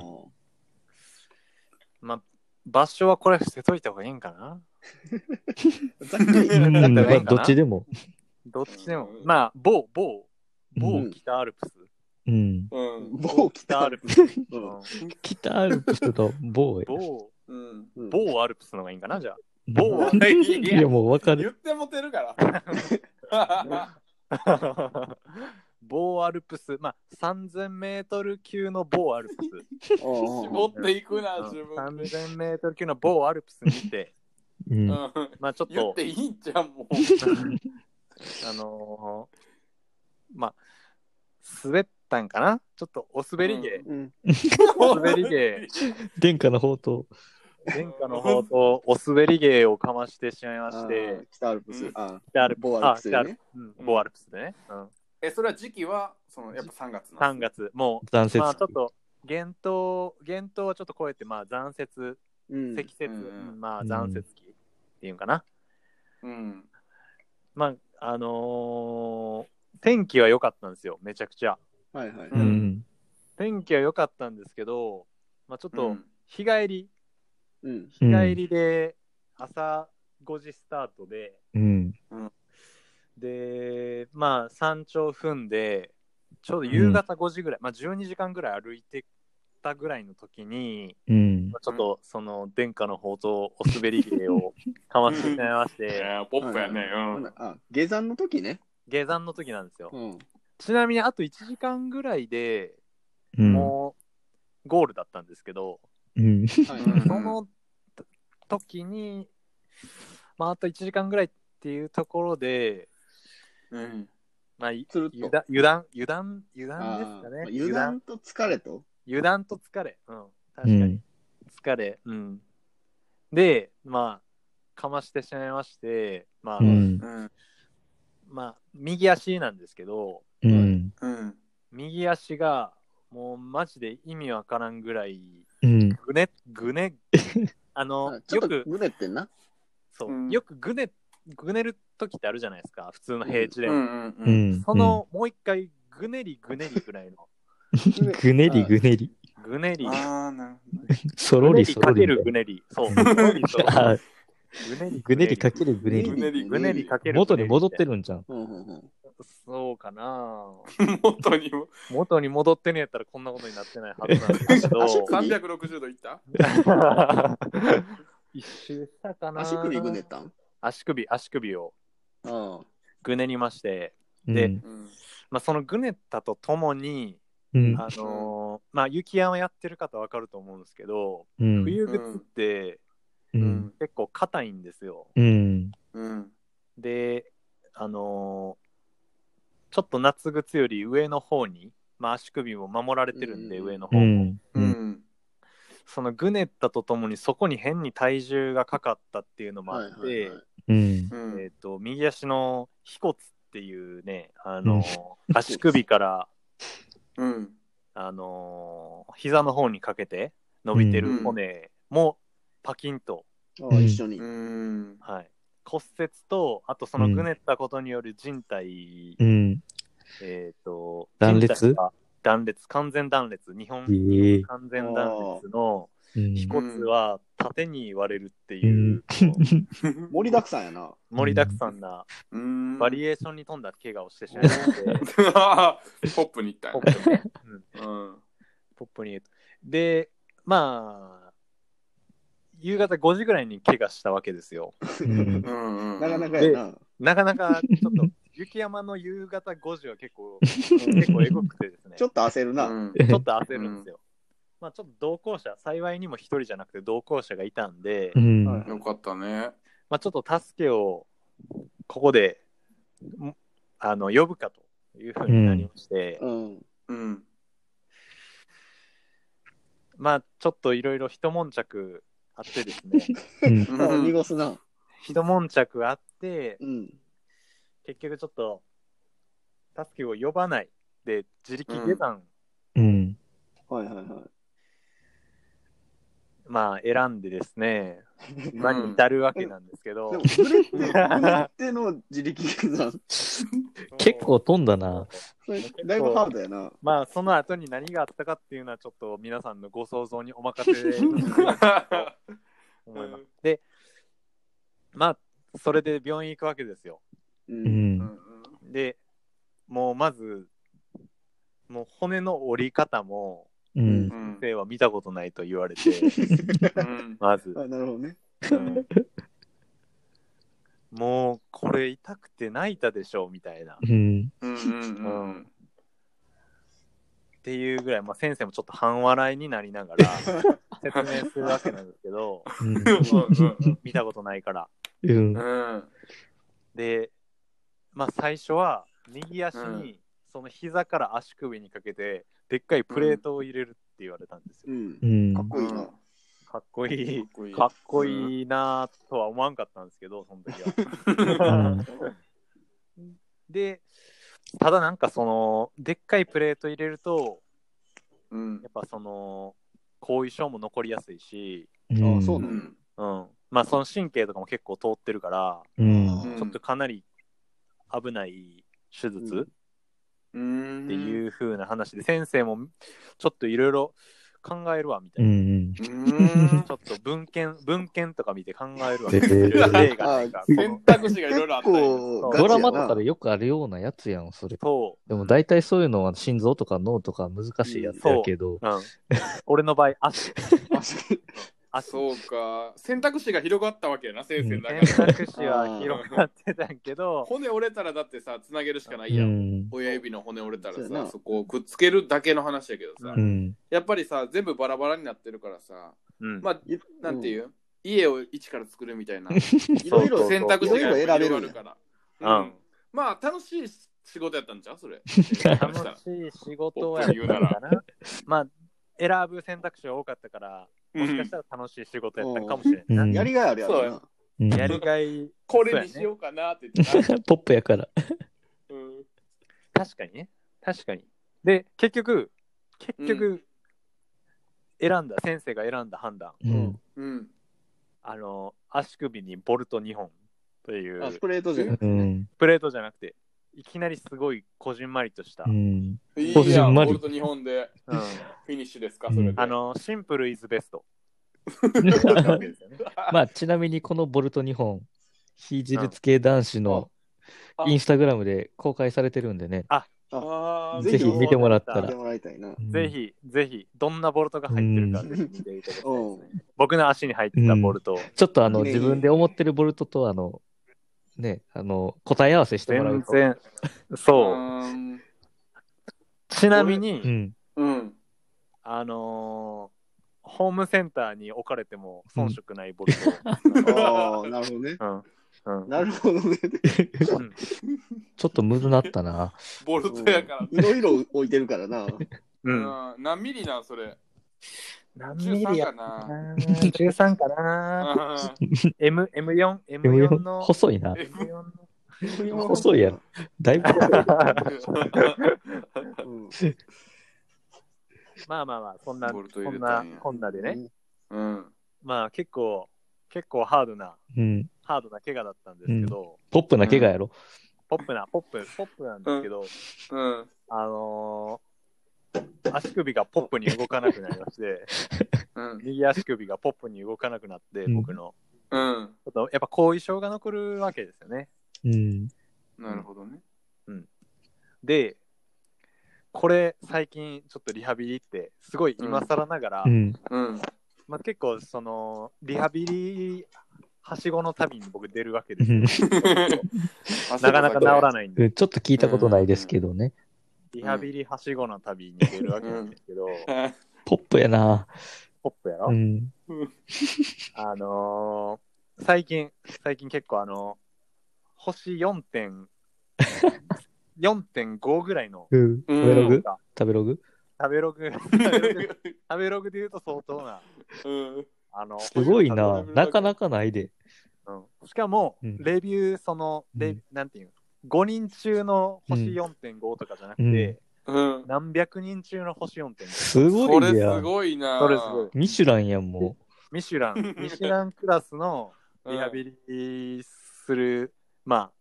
[SPEAKER 4] まあ、場所はこれ伏せといた方がいいんかな
[SPEAKER 3] ざっくり
[SPEAKER 4] うん
[SPEAKER 2] うん
[SPEAKER 4] だっ
[SPEAKER 2] ま
[SPEAKER 4] てな
[SPEAKER 2] あ
[SPEAKER 4] いかな
[SPEAKER 2] どっちでも。
[SPEAKER 4] どっちでも
[SPEAKER 1] う。ん
[SPEAKER 4] まあ、某、某、
[SPEAKER 2] う
[SPEAKER 4] 某
[SPEAKER 2] ん
[SPEAKER 4] 北アルプス。
[SPEAKER 2] うん。
[SPEAKER 1] うん
[SPEAKER 3] 某
[SPEAKER 4] 北
[SPEAKER 3] 北
[SPEAKER 4] アルプス。
[SPEAKER 3] う
[SPEAKER 4] うん
[SPEAKER 3] ん
[SPEAKER 2] 北アルプスと某へ。
[SPEAKER 4] 某、
[SPEAKER 1] うん
[SPEAKER 3] うん
[SPEAKER 4] 某アルプスの方がいいんかなじゃあ。
[SPEAKER 2] うん
[SPEAKER 4] 某アル
[SPEAKER 2] いや、もうわか
[SPEAKER 1] 言
[SPEAKER 2] る。
[SPEAKER 1] ってもてる から。
[SPEAKER 4] 某アルプス。まあ、3000メートル級の某アルプス。
[SPEAKER 1] 絞
[SPEAKER 3] お
[SPEAKER 1] っていくな、自分で。
[SPEAKER 4] 3000メートル級の某アルプス見て、
[SPEAKER 2] うん
[SPEAKER 1] う。
[SPEAKER 2] うん
[SPEAKER 1] ん
[SPEAKER 4] まあ、ちょっ
[SPEAKER 1] 言っ
[SPEAKER 4] と、
[SPEAKER 1] ていいんじゃん、もう。
[SPEAKER 4] あのーまあ、滑ったんかなちょっとお滑り芸。
[SPEAKER 3] うんうん
[SPEAKER 4] お滑り芸。
[SPEAKER 2] 殿下の宝刀。
[SPEAKER 4] 殿下の方とお滑り芸をかましてしまいまし
[SPEAKER 3] あ
[SPEAKER 4] て
[SPEAKER 3] ー、北アルプ
[SPEAKER 1] う
[SPEAKER 3] ス
[SPEAKER 1] ん。
[SPEAKER 3] あ
[SPEAKER 4] でアル
[SPEAKER 3] 某アルプスでね
[SPEAKER 4] あでうん某アルプスでね。うん
[SPEAKER 1] え、それは時期は、その、やっぱ3月なん
[SPEAKER 4] 3
[SPEAKER 1] です
[SPEAKER 4] 月、も
[SPEAKER 2] 残
[SPEAKER 4] う、
[SPEAKER 2] 雪。
[SPEAKER 4] まあちょっと、厳冬、厳冬はちょっと超えて、まあ残雪、
[SPEAKER 3] うん
[SPEAKER 4] 積雪、
[SPEAKER 1] うん
[SPEAKER 4] うんまあ残雪期っていうんかな。
[SPEAKER 1] うん。
[SPEAKER 4] まあ、あのー天気は良かったんですよ、めちゃくちゃ。
[SPEAKER 3] はいはい。
[SPEAKER 1] うん
[SPEAKER 2] うん。
[SPEAKER 4] 天気は良かったんですけど、まあちょっ
[SPEAKER 1] う
[SPEAKER 4] と
[SPEAKER 1] ん
[SPEAKER 4] 日帰り、
[SPEAKER 3] うん。
[SPEAKER 2] うん
[SPEAKER 4] 日帰りで朝5時スタートで、
[SPEAKER 2] うん。
[SPEAKER 4] で、まあ、山頂踏んで、ちょうど夕方5時ぐらい、まあ、12時間ぐらい歩いてたぐらいの時に、
[SPEAKER 2] うん
[SPEAKER 4] ま。あちょっと、その、殿下の宝刀、お滑り芸をかましてしまいまして、
[SPEAKER 1] えー、ポップや ね。
[SPEAKER 3] ほなあ、下山の時ね。
[SPEAKER 4] 下山の時なんですよ。
[SPEAKER 3] うん。
[SPEAKER 4] ちなみに、あと1時間ぐらいで、
[SPEAKER 2] うん。
[SPEAKER 4] もう、ゴールだったんですけど、
[SPEAKER 2] うん。
[SPEAKER 3] はい
[SPEAKER 1] うん
[SPEAKER 4] その時に、まあ、あと1時間ぐらいっていうところで、
[SPEAKER 1] うん。
[SPEAKER 4] まあ、い
[SPEAKER 3] つるっ
[SPEAKER 4] 油
[SPEAKER 3] と。
[SPEAKER 4] 断、油断、油断、油断です
[SPEAKER 3] あ
[SPEAKER 4] か
[SPEAKER 3] ー
[SPEAKER 4] ね。
[SPEAKER 3] 油断と疲れと。
[SPEAKER 4] 油断と疲れ。うん。
[SPEAKER 2] う
[SPEAKER 4] 確か
[SPEAKER 2] ん
[SPEAKER 4] に。疲れ。うん。で、まあ、かましてしまいまして、まあ、
[SPEAKER 2] うん。
[SPEAKER 1] うん。
[SPEAKER 4] まあ、右足なんですけど、
[SPEAKER 2] うん。
[SPEAKER 1] うん。
[SPEAKER 4] 右足が、もうマジで意味わからんぐらい、
[SPEAKER 2] うん。
[SPEAKER 4] ぐね、ぐ ね、あの
[SPEAKER 3] あ、ちょ
[SPEAKER 4] よ
[SPEAKER 3] っと
[SPEAKER 4] く、
[SPEAKER 3] ぐねってんな。
[SPEAKER 4] そう、
[SPEAKER 1] うん
[SPEAKER 4] よくぐね、ぐねる時ってあるじゃないですか、普通の平地で
[SPEAKER 1] う
[SPEAKER 4] も。
[SPEAKER 1] ん。
[SPEAKER 2] う
[SPEAKER 1] うん。
[SPEAKER 2] ん。
[SPEAKER 4] その、もう一回、ぐねりぐねりぐらいの、
[SPEAKER 2] うん、ぐねりぐねり。
[SPEAKER 4] ぐねり、
[SPEAKER 1] ああ、なる
[SPEAKER 2] そろ
[SPEAKER 4] ぐね
[SPEAKER 2] り
[SPEAKER 4] り
[SPEAKER 2] そ
[SPEAKER 4] か
[SPEAKER 2] ろ
[SPEAKER 4] け
[SPEAKER 2] り。
[SPEAKER 4] るぐねり、そう、ぐねりと
[SPEAKER 2] あ
[SPEAKER 4] ぐねり
[SPEAKER 2] ぐねりかけるぐね
[SPEAKER 1] ぐ
[SPEAKER 2] り。
[SPEAKER 1] ねり
[SPEAKER 4] ぐねりかける。
[SPEAKER 2] 元に戻って
[SPEAKER 4] る。
[SPEAKER 2] るんじゃん。
[SPEAKER 3] うんうんうん。
[SPEAKER 4] そうかな
[SPEAKER 1] ほど。元にも
[SPEAKER 4] 元に戻ってるんやったらこんなことになってないはずなんですけど。
[SPEAKER 1] 360度いった
[SPEAKER 4] 一周したかな
[SPEAKER 3] 足首ぐねったん
[SPEAKER 4] 足首、足首を
[SPEAKER 3] ああ。
[SPEAKER 4] ぐねりまして、
[SPEAKER 2] う
[SPEAKER 4] で
[SPEAKER 2] ん
[SPEAKER 1] うん。
[SPEAKER 4] まあ、そのぐねったとともに、
[SPEAKER 2] うん。
[SPEAKER 4] あのーまあ、雪山やってる方わかると思うんですけど、
[SPEAKER 2] うん。
[SPEAKER 4] 冬靴って
[SPEAKER 2] うん。
[SPEAKER 4] 結構硬いんですよ。
[SPEAKER 2] うん。
[SPEAKER 1] うん。
[SPEAKER 4] で、あのーちょっと夏靴より上の方に、まあ、足首も守られてるんで、
[SPEAKER 3] うん
[SPEAKER 4] 上の方
[SPEAKER 2] う
[SPEAKER 4] も、
[SPEAKER 2] ん。
[SPEAKER 1] う
[SPEAKER 2] うん。
[SPEAKER 1] ん。
[SPEAKER 4] そのぐねったとともにそこに変に体重がかかったっていうのも
[SPEAKER 3] は
[SPEAKER 4] あ
[SPEAKER 3] い
[SPEAKER 4] って、
[SPEAKER 3] はいはい。
[SPEAKER 2] うん。
[SPEAKER 1] うん
[SPEAKER 4] えっと右足の腓骨っていうね、あのー足首から、
[SPEAKER 1] うん。
[SPEAKER 4] あのー膝の方にかけて伸びてる骨もパキンと、
[SPEAKER 3] ああ、一緒に
[SPEAKER 1] う。ん。
[SPEAKER 4] はい、骨折と、あとそのぐねったことによる人体、
[SPEAKER 2] うん。
[SPEAKER 4] えっ、と、
[SPEAKER 2] 断裂
[SPEAKER 4] 人体が断裂、完全断裂、日本
[SPEAKER 2] ええ
[SPEAKER 4] 完全断裂の
[SPEAKER 2] うん
[SPEAKER 4] 飛骨は縦に割れるっていう、こう
[SPEAKER 3] 盛りだくさんやな。
[SPEAKER 4] 盛りだくさんな
[SPEAKER 1] うん。
[SPEAKER 4] バリエーションに富んだ怪我をしてしまって、
[SPEAKER 1] ポップに行った
[SPEAKER 4] ポ
[SPEAKER 1] よ
[SPEAKER 4] ッ
[SPEAKER 1] ね。
[SPEAKER 4] プにねうん
[SPEAKER 1] うん。
[SPEAKER 4] ポップに言うと。で、まあ、夕方5時ぐらいに怪我したわけですよ。
[SPEAKER 2] うん
[SPEAKER 1] うんうん。
[SPEAKER 3] なかなかやな。
[SPEAKER 4] なかなかちょっと、雪山の夕方5時は結構、結構エゴくてですね、
[SPEAKER 3] ちょっと焦るな。
[SPEAKER 1] うん。
[SPEAKER 4] ちょっと焦るんですよ。まあちょっと同行者、幸いにも一人じゃなくて同行者がいたんで、
[SPEAKER 2] うん
[SPEAKER 3] はい
[SPEAKER 1] よかったね。
[SPEAKER 4] まあちょっと助けをここでんあの呼ぶかというふうになりまして、
[SPEAKER 3] うん。
[SPEAKER 1] うん。
[SPEAKER 4] まあちょっといろいろ一悶着あってですね、
[SPEAKER 2] うん
[SPEAKER 1] う
[SPEAKER 3] あ
[SPEAKER 1] ん。
[SPEAKER 3] 濁すな。
[SPEAKER 4] 一悶着あって、
[SPEAKER 3] うん。
[SPEAKER 4] 結局ちょっと助けを呼ばないで自力下山、
[SPEAKER 2] うん
[SPEAKER 3] はいはいはい。
[SPEAKER 4] まあ選んでですね、今に至るわけなんですけど、
[SPEAKER 3] でも、それって、こっての自力下山。
[SPEAKER 2] 結構飛んだな。
[SPEAKER 3] それ、だいぶハードやな。
[SPEAKER 4] まあその後に何があったかっていうのはちょっと皆さんのご想像にお任せで思います。で、まあそれで病院行くわけですよ。
[SPEAKER 3] う。
[SPEAKER 2] うんん
[SPEAKER 4] で、もうまず、もう骨の折り方も、
[SPEAKER 2] うん
[SPEAKER 1] うん。
[SPEAKER 4] 先生は見たことないと言われて、
[SPEAKER 1] うん
[SPEAKER 4] まず、
[SPEAKER 3] あ、なるほどね。
[SPEAKER 4] うんもうこれ痛くて泣いたでしょうみたいな。っ
[SPEAKER 2] うん
[SPEAKER 1] うんうん
[SPEAKER 4] ていうぐらい、まあ、先生もちょっと半笑いになりながら説明するわけなんですけど、
[SPEAKER 2] うん
[SPEAKER 4] 見たことないから。
[SPEAKER 2] うん
[SPEAKER 1] うん。うん。
[SPEAKER 4] で、まあ、最初は右足
[SPEAKER 1] う
[SPEAKER 4] にその膝から足首にかけてでっかいプレートを入れるって言われたんです
[SPEAKER 3] う
[SPEAKER 4] よ。
[SPEAKER 3] ん
[SPEAKER 2] う。ん
[SPEAKER 3] かっこいいな。
[SPEAKER 4] かっこいい。
[SPEAKER 1] こい
[SPEAKER 4] かっこいいなとは思わんかったんですけど、その時は。
[SPEAKER 2] うん
[SPEAKER 4] で、ただなんかその、でっかいプレート入れると、
[SPEAKER 1] うん
[SPEAKER 4] やっぱその、後遺症も残りやすいし、
[SPEAKER 2] うん
[SPEAKER 3] あそう
[SPEAKER 1] う
[SPEAKER 3] なの
[SPEAKER 1] ん
[SPEAKER 4] うん。まあその神経とかも結構通ってるから、
[SPEAKER 2] うん
[SPEAKER 1] うん
[SPEAKER 4] ちょっとかなり危ない手術
[SPEAKER 1] うん
[SPEAKER 4] っていう風な話で、先生もちょっといろいろ考えるわ、みた
[SPEAKER 2] う
[SPEAKER 4] いな。
[SPEAKER 1] う
[SPEAKER 2] ん
[SPEAKER 1] ん
[SPEAKER 4] ちょっと文献、文献とか見て考えるわ。
[SPEAKER 2] へー
[SPEAKER 4] 例がないか。この
[SPEAKER 1] 選択肢がいろいろあ
[SPEAKER 3] 結
[SPEAKER 1] ったんや
[SPEAKER 3] 構、
[SPEAKER 2] ド
[SPEAKER 3] ガチ
[SPEAKER 2] ラ
[SPEAKER 3] や
[SPEAKER 2] マと
[SPEAKER 3] な
[SPEAKER 2] か でよくあるようなやつやん、それ。
[SPEAKER 4] そう。
[SPEAKER 2] でも大体そういうのは心臓とか脳とか難しいやつやけど。
[SPEAKER 4] うん、俺の場合、 足。足
[SPEAKER 1] そうか選択肢が広がったわけやな先生の中で
[SPEAKER 4] 選択肢は広がってたけど、
[SPEAKER 1] 骨折れたらだってさつなげるしかな
[SPEAKER 2] う
[SPEAKER 1] いやん、
[SPEAKER 2] ん。
[SPEAKER 1] 親指の骨折れたら
[SPEAKER 3] そうや
[SPEAKER 1] さ
[SPEAKER 3] な
[SPEAKER 1] そこをくっつけるだけの話やけどさ、
[SPEAKER 2] うん。
[SPEAKER 1] やっぱりさ全部バラバラになってるからさ
[SPEAKER 4] うん
[SPEAKER 1] まあ
[SPEAKER 3] い
[SPEAKER 1] なんていう、家を一から作るみたいない
[SPEAKER 4] そう
[SPEAKER 1] ろ
[SPEAKER 4] そう
[SPEAKER 1] いろ選択肢が
[SPEAKER 3] いろいろ選べる
[SPEAKER 1] 広がから、
[SPEAKER 4] うん
[SPEAKER 1] まあ楽しい仕事やったんじゃんそれ
[SPEAKER 4] 楽しい仕事をやったのかな。まあ、選ぶ選択肢が多かったから、もしかしたら楽しい仕事やったかもしれな
[SPEAKER 2] う
[SPEAKER 4] い
[SPEAKER 2] ん
[SPEAKER 3] やりがいあるやろ
[SPEAKER 1] そう
[SPEAKER 3] な
[SPEAKER 1] や。
[SPEAKER 2] うん
[SPEAKER 4] な。やりがい、
[SPEAKER 1] これにしようかなって言ってた、
[SPEAKER 2] ポップやから。
[SPEAKER 1] うん
[SPEAKER 4] 確かにね。確かに。で、結局、結局、
[SPEAKER 1] う
[SPEAKER 4] 選んだ、先生が選んだ判断、
[SPEAKER 2] うん。
[SPEAKER 1] うん
[SPEAKER 4] あの、足首にボルト2本とい
[SPEAKER 3] あ、
[SPEAKER 4] う
[SPEAKER 3] ス、プレートじゃん。
[SPEAKER 2] うん。
[SPEAKER 4] プレートじゃなくて、いきなりすごいこじんまりとした、
[SPEAKER 2] うん。
[SPEAKER 1] い
[SPEAKER 2] こじ
[SPEAKER 1] いや
[SPEAKER 2] ん
[SPEAKER 1] ん
[SPEAKER 2] まり
[SPEAKER 1] 俺と日本で
[SPEAKER 4] うん
[SPEAKER 1] フィニッシュですかそれで、
[SPEAKER 4] あの、シンプルイズベスト。
[SPEAKER 2] まあ、ちなみにこのボルト2本、非自立系男子のインスタグラムで公開されてるんでね。
[SPEAKER 1] あー
[SPEAKER 2] ぜひ見てもらった
[SPEAKER 3] 見て
[SPEAKER 2] ら。
[SPEAKER 3] もらいたいな。
[SPEAKER 4] ぜひ、ぜひ、どんなボルトが入ってるか、
[SPEAKER 2] う
[SPEAKER 4] ぜひ見ていただきたいです
[SPEAKER 3] うん
[SPEAKER 4] ね。。僕の足に入ってたボルトを、
[SPEAKER 2] ちょっとあの、
[SPEAKER 3] ぜひ
[SPEAKER 2] 自分で思ってるボルトとあの、ね、あの、答え合わせしてもらう
[SPEAKER 4] 全
[SPEAKER 2] と。
[SPEAKER 4] 然、そう。
[SPEAKER 1] う
[SPEAKER 4] ちなみ
[SPEAKER 2] う
[SPEAKER 4] に、
[SPEAKER 2] ん。
[SPEAKER 1] うん
[SPEAKER 4] あのー、ホームセンターに置かれても遜色ないボルト。
[SPEAKER 3] ああ、なるほどね。
[SPEAKER 4] うん。うん。
[SPEAKER 3] なるほどね。
[SPEAKER 4] うん
[SPEAKER 2] ちょっとむずなったな。
[SPEAKER 1] ボルトやから
[SPEAKER 3] いろいろ置いてるからな。
[SPEAKER 4] うん。
[SPEAKER 1] うん何ミリなんそれ
[SPEAKER 4] 何ミリ
[SPEAKER 1] 13
[SPEAKER 4] や
[SPEAKER 1] かな
[SPEAKER 4] な ?13 かな ?M、M4、M4 の、
[SPEAKER 2] 細いな。
[SPEAKER 4] M4 の、
[SPEAKER 2] 細いやろ。だいぶ細 い。
[SPEAKER 3] うん。
[SPEAKER 4] まあまあまあ、そんな、
[SPEAKER 1] ボルト
[SPEAKER 4] こ
[SPEAKER 1] 入
[SPEAKER 4] ん
[SPEAKER 1] れた
[SPEAKER 4] なん
[SPEAKER 1] や、
[SPEAKER 4] こんなでね。
[SPEAKER 1] うん
[SPEAKER 4] まあ結構、結構ハードな
[SPEAKER 2] うん。
[SPEAKER 4] ハードな怪我だったんですけど、
[SPEAKER 2] ポップな怪我やろ。
[SPEAKER 4] ポップな、ポップ、ポップなんですけど、
[SPEAKER 1] うん。
[SPEAKER 4] あのー足首がポップに動かなくなりまして、
[SPEAKER 1] うん。
[SPEAKER 4] 右足首がポップに動かなくなって、
[SPEAKER 2] うん
[SPEAKER 4] 僕の、
[SPEAKER 1] うん。
[SPEAKER 4] ちょっとやっぱ後遺症が残るわけですよね。
[SPEAKER 2] うん。
[SPEAKER 1] なるほどね。
[SPEAKER 4] で、これ、最近、ちょっとリハビリって、すごい今更ながら、
[SPEAKER 2] うん。
[SPEAKER 1] うん。
[SPEAKER 4] まあ、結構、その、リハビリ、はしごの旅に僕出るわけですよ。
[SPEAKER 2] ち
[SPEAKER 4] なかなか治ら
[SPEAKER 1] い。
[SPEAKER 4] ないんで、
[SPEAKER 2] ょっと聞いたことないですけどね。
[SPEAKER 4] リハビリはしごの旅に出るわけなんですけど、
[SPEAKER 1] はい
[SPEAKER 2] ポップやな。
[SPEAKER 4] ポップやろ、
[SPEAKER 2] うん。
[SPEAKER 4] あのー最近、最近結構あの星4点、4.5ぐらいの、
[SPEAKER 2] うん。
[SPEAKER 1] うん
[SPEAKER 2] 食べロ
[SPEAKER 4] なん
[SPEAKER 2] グ
[SPEAKER 4] か
[SPEAKER 2] 食べログ
[SPEAKER 4] 食べ ログ、食べログで言うと相当な、
[SPEAKER 1] うん。
[SPEAKER 4] あの、
[SPEAKER 2] すごい
[SPEAKER 1] 食
[SPEAKER 2] な。
[SPEAKER 1] べログ
[SPEAKER 2] なかなかないで。
[SPEAKER 4] うんしかも、
[SPEAKER 2] うん
[SPEAKER 4] レビュー、その、レ
[SPEAKER 2] うん
[SPEAKER 4] なんていうの、5人中の星4.5とかじゃなくて、
[SPEAKER 1] うん。
[SPEAKER 4] 何百人中の星4.5。
[SPEAKER 2] す
[SPEAKER 1] そ
[SPEAKER 2] ご
[SPEAKER 1] れ
[SPEAKER 2] い
[SPEAKER 1] す
[SPEAKER 2] やん。
[SPEAKER 1] ごいな。
[SPEAKER 4] それすごい。
[SPEAKER 2] ミシュランやん、も
[SPEAKER 4] ミシュラン、ミシュランクラスのリハビリする、ま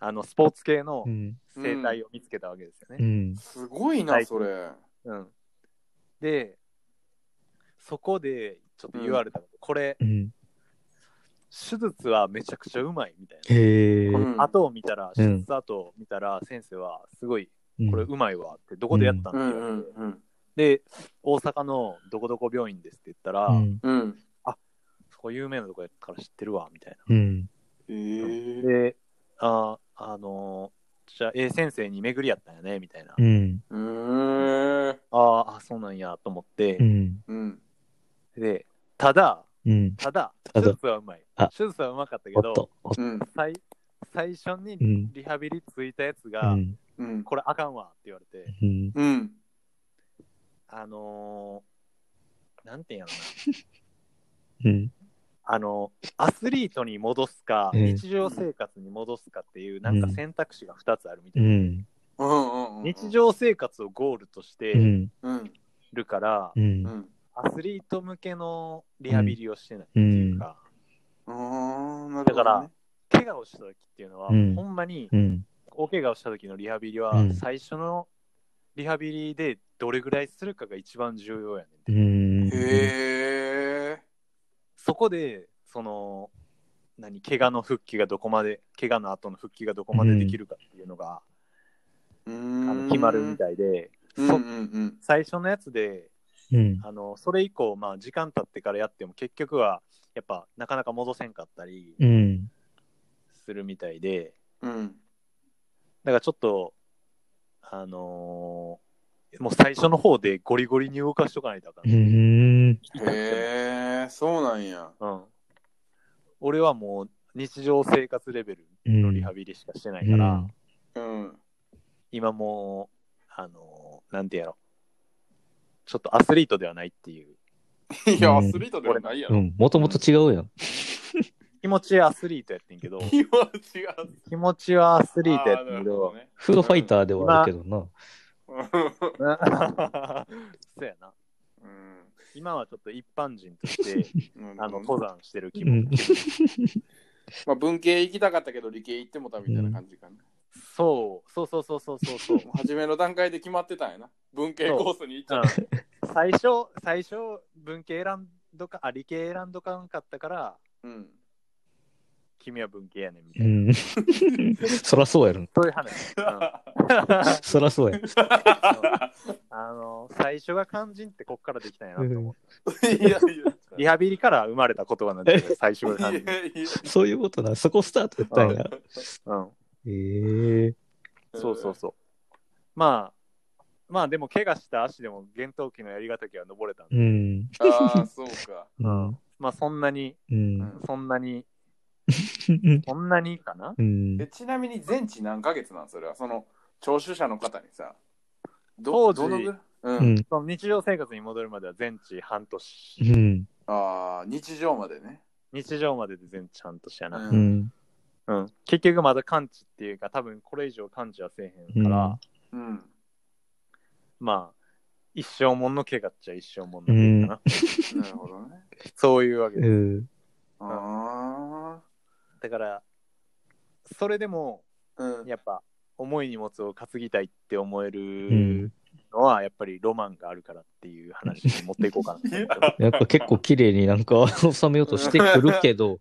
[SPEAKER 4] あ、あの、スポーツ系の
[SPEAKER 2] う。うん。
[SPEAKER 4] 生態を見つけたわけですよ
[SPEAKER 2] う
[SPEAKER 4] ね。
[SPEAKER 2] ん。
[SPEAKER 1] すごいな、それ。
[SPEAKER 4] うんで、そこでちょっと言われたの、これ、
[SPEAKER 2] うん。
[SPEAKER 4] 手術はめちゃくちゃうまいみたいな。
[SPEAKER 2] へえ。
[SPEAKER 1] う
[SPEAKER 2] うん
[SPEAKER 4] 後を見たら、
[SPEAKER 2] う
[SPEAKER 4] 手
[SPEAKER 2] ん
[SPEAKER 4] 術後を見たら、先生は、すごい、これ
[SPEAKER 2] ん
[SPEAKER 4] うまいわって、どこでやったんだ
[SPEAKER 1] う
[SPEAKER 4] よ
[SPEAKER 1] ん
[SPEAKER 4] って、
[SPEAKER 1] うんうん。
[SPEAKER 4] で、大阪のどこどこ病院ですって言ったら、
[SPEAKER 2] うん。
[SPEAKER 1] うん。
[SPEAKER 4] そこ有名なとこやから知ってるわ、みたい
[SPEAKER 2] うん。
[SPEAKER 1] え
[SPEAKER 4] な。
[SPEAKER 1] ー
[SPEAKER 4] で、あー、あのーじゃあ、ええ先生に巡り合ったんやね、みたいな。
[SPEAKER 2] うん。
[SPEAKER 1] うーん。
[SPEAKER 4] あーあ、そうなんや、と思って、
[SPEAKER 2] うん。
[SPEAKER 1] うん。
[SPEAKER 4] で、ただ、
[SPEAKER 2] うん。
[SPEAKER 4] ただ、
[SPEAKER 2] た
[SPEAKER 4] 手
[SPEAKER 2] だ
[SPEAKER 4] 術はうまい
[SPEAKER 2] あ。
[SPEAKER 4] 手術はうまかったけ
[SPEAKER 2] おっ
[SPEAKER 4] ど
[SPEAKER 2] と、、おっと。
[SPEAKER 1] うん。
[SPEAKER 4] 最最初に
[SPEAKER 2] うん。
[SPEAKER 4] リハビリついたやつ
[SPEAKER 2] う
[SPEAKER 4] が、
[SPEAKER 2] ん。
[SPEAKER 1] うん。
[SPEAKER 4] これあかんわって言われて、
[SPEAKER 2] うん。
[SPEAKER 1] うん。
[SPEAKER 4] あのー、なんていうんやろ
[SPEAKER 2] う
[SPEAKER 4] な、
[SPEAKER 2] ん。
[SPEAKER 4] あのアスリートに戻すか、
[SPEAKER 2] うん
[SPEAKER 4] 日常生活に戻すかっていう、なんか選択肢が2つあるみた
[SPEAKER 2] う
[SPEAKER 4] いな。
[SPEAKER 2] ん。
[SPEAKER 1] うんうんうん。
[SPEAKER 4] 日常生活をゴールとし
[SPEAKER 2] う
[SPEAKER 4] て
[SPEAKER 2] ん。
[SPEAKER 1] うん。
[SPEAKER 4] るから、
[SPEAKER 2] うん
[SPEAKER 1] う。ん。
[SPEAKER 4] アスリート向けのリハビリをしてないっていうか、
[SPEAKER 1] ああ、なるほど、ね。
[SPEAKER 4] だから、怪我をした時っていうのは、
[SPEAKER 2] うん
[SPEAKER 4] ほんまに
[SPEAKER 2] うん。
[SPEAKER 4] 大怪我をした時のリハビリは、
[SPEAKER 2] うん
[SPEAKER 4] 最初のリハビリでどれぐらいするかが一番重要やねんて。
[SPEAKER 2] うん。
[SPEAKER 1] へえ。
[SPEAKER 4] そこで、その、何、怪我の復帰がどこまで、怪我の後の復帰がどこまでできるかっていうのが、
[SPEAKER 1] う
[SPEAKER 4] あ
[SPEAKER 1] ん。
[SPEAKER 4] の決まるみたいで、
[SPEAKER 1] うんう
[SPEAKER 4] そ
[SPEAKER 1] んうん。
[SPEAKER 4] 最初のやつで、
[SPEAKER 2] うん。
[SPEAKER 4] あのそれ以降、まあ、時間経ってからやっても、結局は、やっぱ、なかなか戻せんかったり
[SPEAKER 2] うん。
[SPEAKER 4] するみたいで、
[SPEAKER 1] うん。
[SPEAKER 4] だからちょっと、あのーもう最初の方でゴリゴリに動かしとかないとあか。
[SPEAKER 2] うんん。
[SPEAKER 4] 痛くて
[SPEAKER 1] へえ、そうなんや。
[SPEAKER 4] もうん。俺はもう、日常生活レベルのリハビリしかしてないから、
[SPEAKER 1] うん。
[SPEAKER 4] 今もう、あのーなんてやろちょっとアスリートではないっていう
[SPEAKER 1] いや、アスリートではないや
[SPEAKER 2] う
[SPEAKER 1] ろ。
[SPEAKER 2] ん。もともと違うやん。
[SPEAKER 4] 気持ちはアスリートやってん けど
[SPEAKER 1] 気持ちが。
[SPEAKER 4] 気持ちはアス
[SPEAKER 1] ア
[SPEAKER 4] リートやってんけど
[SPEAKER 1] ね。
[SPEAKER 2] フードファイターではあるけどな。
[SPEAKER 4] そうやな
[SPEAKER 1] うん。
[SPEAKER 4] 今はちょっと一般人 として
[SPEAKER 1] うん
[SPEAKER 4] あの登山してる気
[SPEAKER 2] う
[SPEAKER 4] 分、
[SPEAKER 2] ん。
[SPEAKER 1] まあ、文系行きたかったけど、理系行ってもたみたいな感じかな。
[SPEAKER 4] そうそうそうそうそうそ うそう、
[SPEAKER 1] もう初めの段階で決まってたんやな。文系コースに行っちゃう。
[SPEAKER 4] うん最初最初文系選んどかあ理系選んどかんかったから
[SPEAKER 1] うん。
[SPEAKER 4] 君は文系やねんみた
[SPEAKER 2] う
[SPEAKER 4] いな、
[SPEAKER 2] ん。 そらそうやろ。
[SPEAKER 4] そういう話、 うん
[SPEAKER 2] そらそうや。
[SPEAKER 4] あの最初が肝心ってこっからできたんやなと思って。
[SPEAKER 1] いやいや。
[SPEAKER 4] リハビリから生まれた言葉なんで すよ、最初の感じ
[SPEAKER 1] い。やいや
[SPEAKER 2] そういうことな。そこスタートやったんや。
[SPEAKER 4] うん。
[SPEAKER 2] ええ。
[SPEAKER 4] そうそうそう。まあ、まあでも、怪我した足でも、厳冬期のやりがたきは登れたんで、
[SPEAKER 2] うん。
[SPEAKER 1] ああ、そうか。
[SPEAKER 2] うん。
[SPEAKER 4] まあそんなに、
[SPEAKER 2] うん。
[SPEAKER 4] そんなに、そんなにかな
[SPEAKER 2] うん
[SPEAKER 1] え。ちなみに全治何ヶ月なんそれはその聴取者の方にさ
[SPEAKER 4] 当
[SPEAKER 1] ど
[SPEAKER 4] 時
[SPEAKER 1] どのぐらい、うん
[SPEAKER 2] うん。
[SPEAKER 4] その日常生活に戻るまでは全治半
[SPEAKER 2] う
[SPEAKER 4] 年。
[SPEAKER 2] ん。
[SPEAKER 1] あー日常までね、
[SPEAKER 4] 日常までで全治半年や
[SPEAKER 1] う
[SPEAKER 4] な。
[SPEAKER 2] うんん。
[SPEAKER 4] うん。結局まだ完治っていうか、多分これ以上完治はせえへんから、
[SPEAKER 1] うん、
[SPEAKER 4] まあ、一生もんの怪我っちゃ一生もんの怪我か な。
[SPEAKER 1] なるほどね
[SPEAKER 4] そういうわけで
[SPEAKER 2] うん。
[SPEAKER 1] あ
[SPEAKER 4] だから、それでも、
[SPEAKER 1] うん。
[SPEAKER 4] やっぱ、重い荷物を担ぎたいって思え
[SPEAKER 2] う
[SPEAKER 4] る
[SPEAKER 2] ん。
[SPEAKER 4] のは、やっぱりロマンがあるからっていう話に持っていこうかな。
[SPEAKER 2] やっぱ結構綺麗になんか収めようとしてくるけど、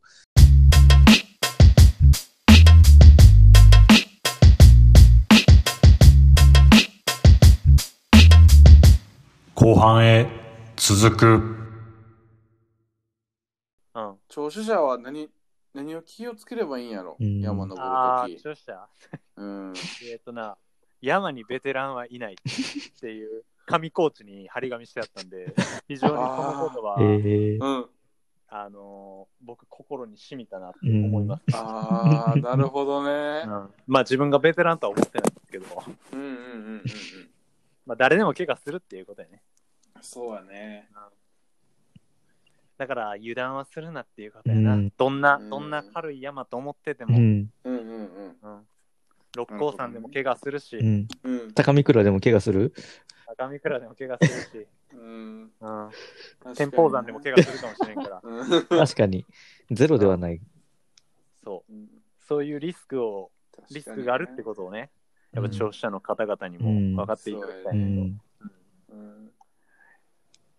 [SPEAKER 6] 後半へ続く。
[SPEAKER 4] うん。
[SPEAKER 1] 聴取者は何、何を気をつければいいんやろ、
[SPEAKER 2] うん
[SPEAKER 1] 山登
[SPEAKER 4] ああ、
[SPEAKER 1] るとき。
[SPEAKER 4] 著者。
[SPEAKER 1] うん。
[SPEAKER 4] えっとな、山にベテランはいないっ ていう、紙コーチに張り紙してあったんで、非常にこのことは、
[SPEAKER 2] えー、
[SPEAKER 1] うん。
[SPEAKER 4] あのー僕、心に染みたなって思います。
[SPEAKER 1] ああ、 なるほどね
[SPEAKER 4] う。んまあ、自分がベテランとは思ってないんですけど、
[SPEAKER 1] うんうんうんうんうん。
[SPEAKER 4] まあ、誰でも怪我するっていうことやね。
[SPEAKER 1] そうやね。
[SPEAKER 4] だから、油断はするなっていうことやな。
[SPEAKER 2] うん
[SPEAKER 4] どんな、
[SPEAKER 1] うん
[SPEAKER 4] どんな軽い山と思ってて
[SPEAKER 2] う
[SPEAKER 4] も、うん
[SPEAKER 2] ん、
[SPEAKER 1] うんうん
[SPEAKER 4] 六甲山でも怪我するし、
[SPEAKER 2] うん。
[SPEAKER 1] うん。うん。
[SPEAKER 2] 高見倉でも怪我する
[SPEAKER 4] 高見倉でも怪我するし、
[SPEAKER 1] うん。
[SPEAKER 4] うん、
[SPEAKER 1] 確かに
[SPEAKER 4] 天保山でも怪我するかもしれん から、
[SPEAKER 1] うん
[SPEAKER 2] 確かに。ゼロではない。
[SPEAKER 4] そうう、
[SPEAKER 1] ん。
[SPEAKER 4] そういうリスクを、リスクがあるってことをね、やっぱ聴取者の方々に
[SPEAKER 2] うん
[SPEAKER 4] も分かっていただきた
[SPEAKER 2] う
[SPEAKER 4] いなと、
[SPEAKER 2] ん。
[SPEAKER 1] と。うん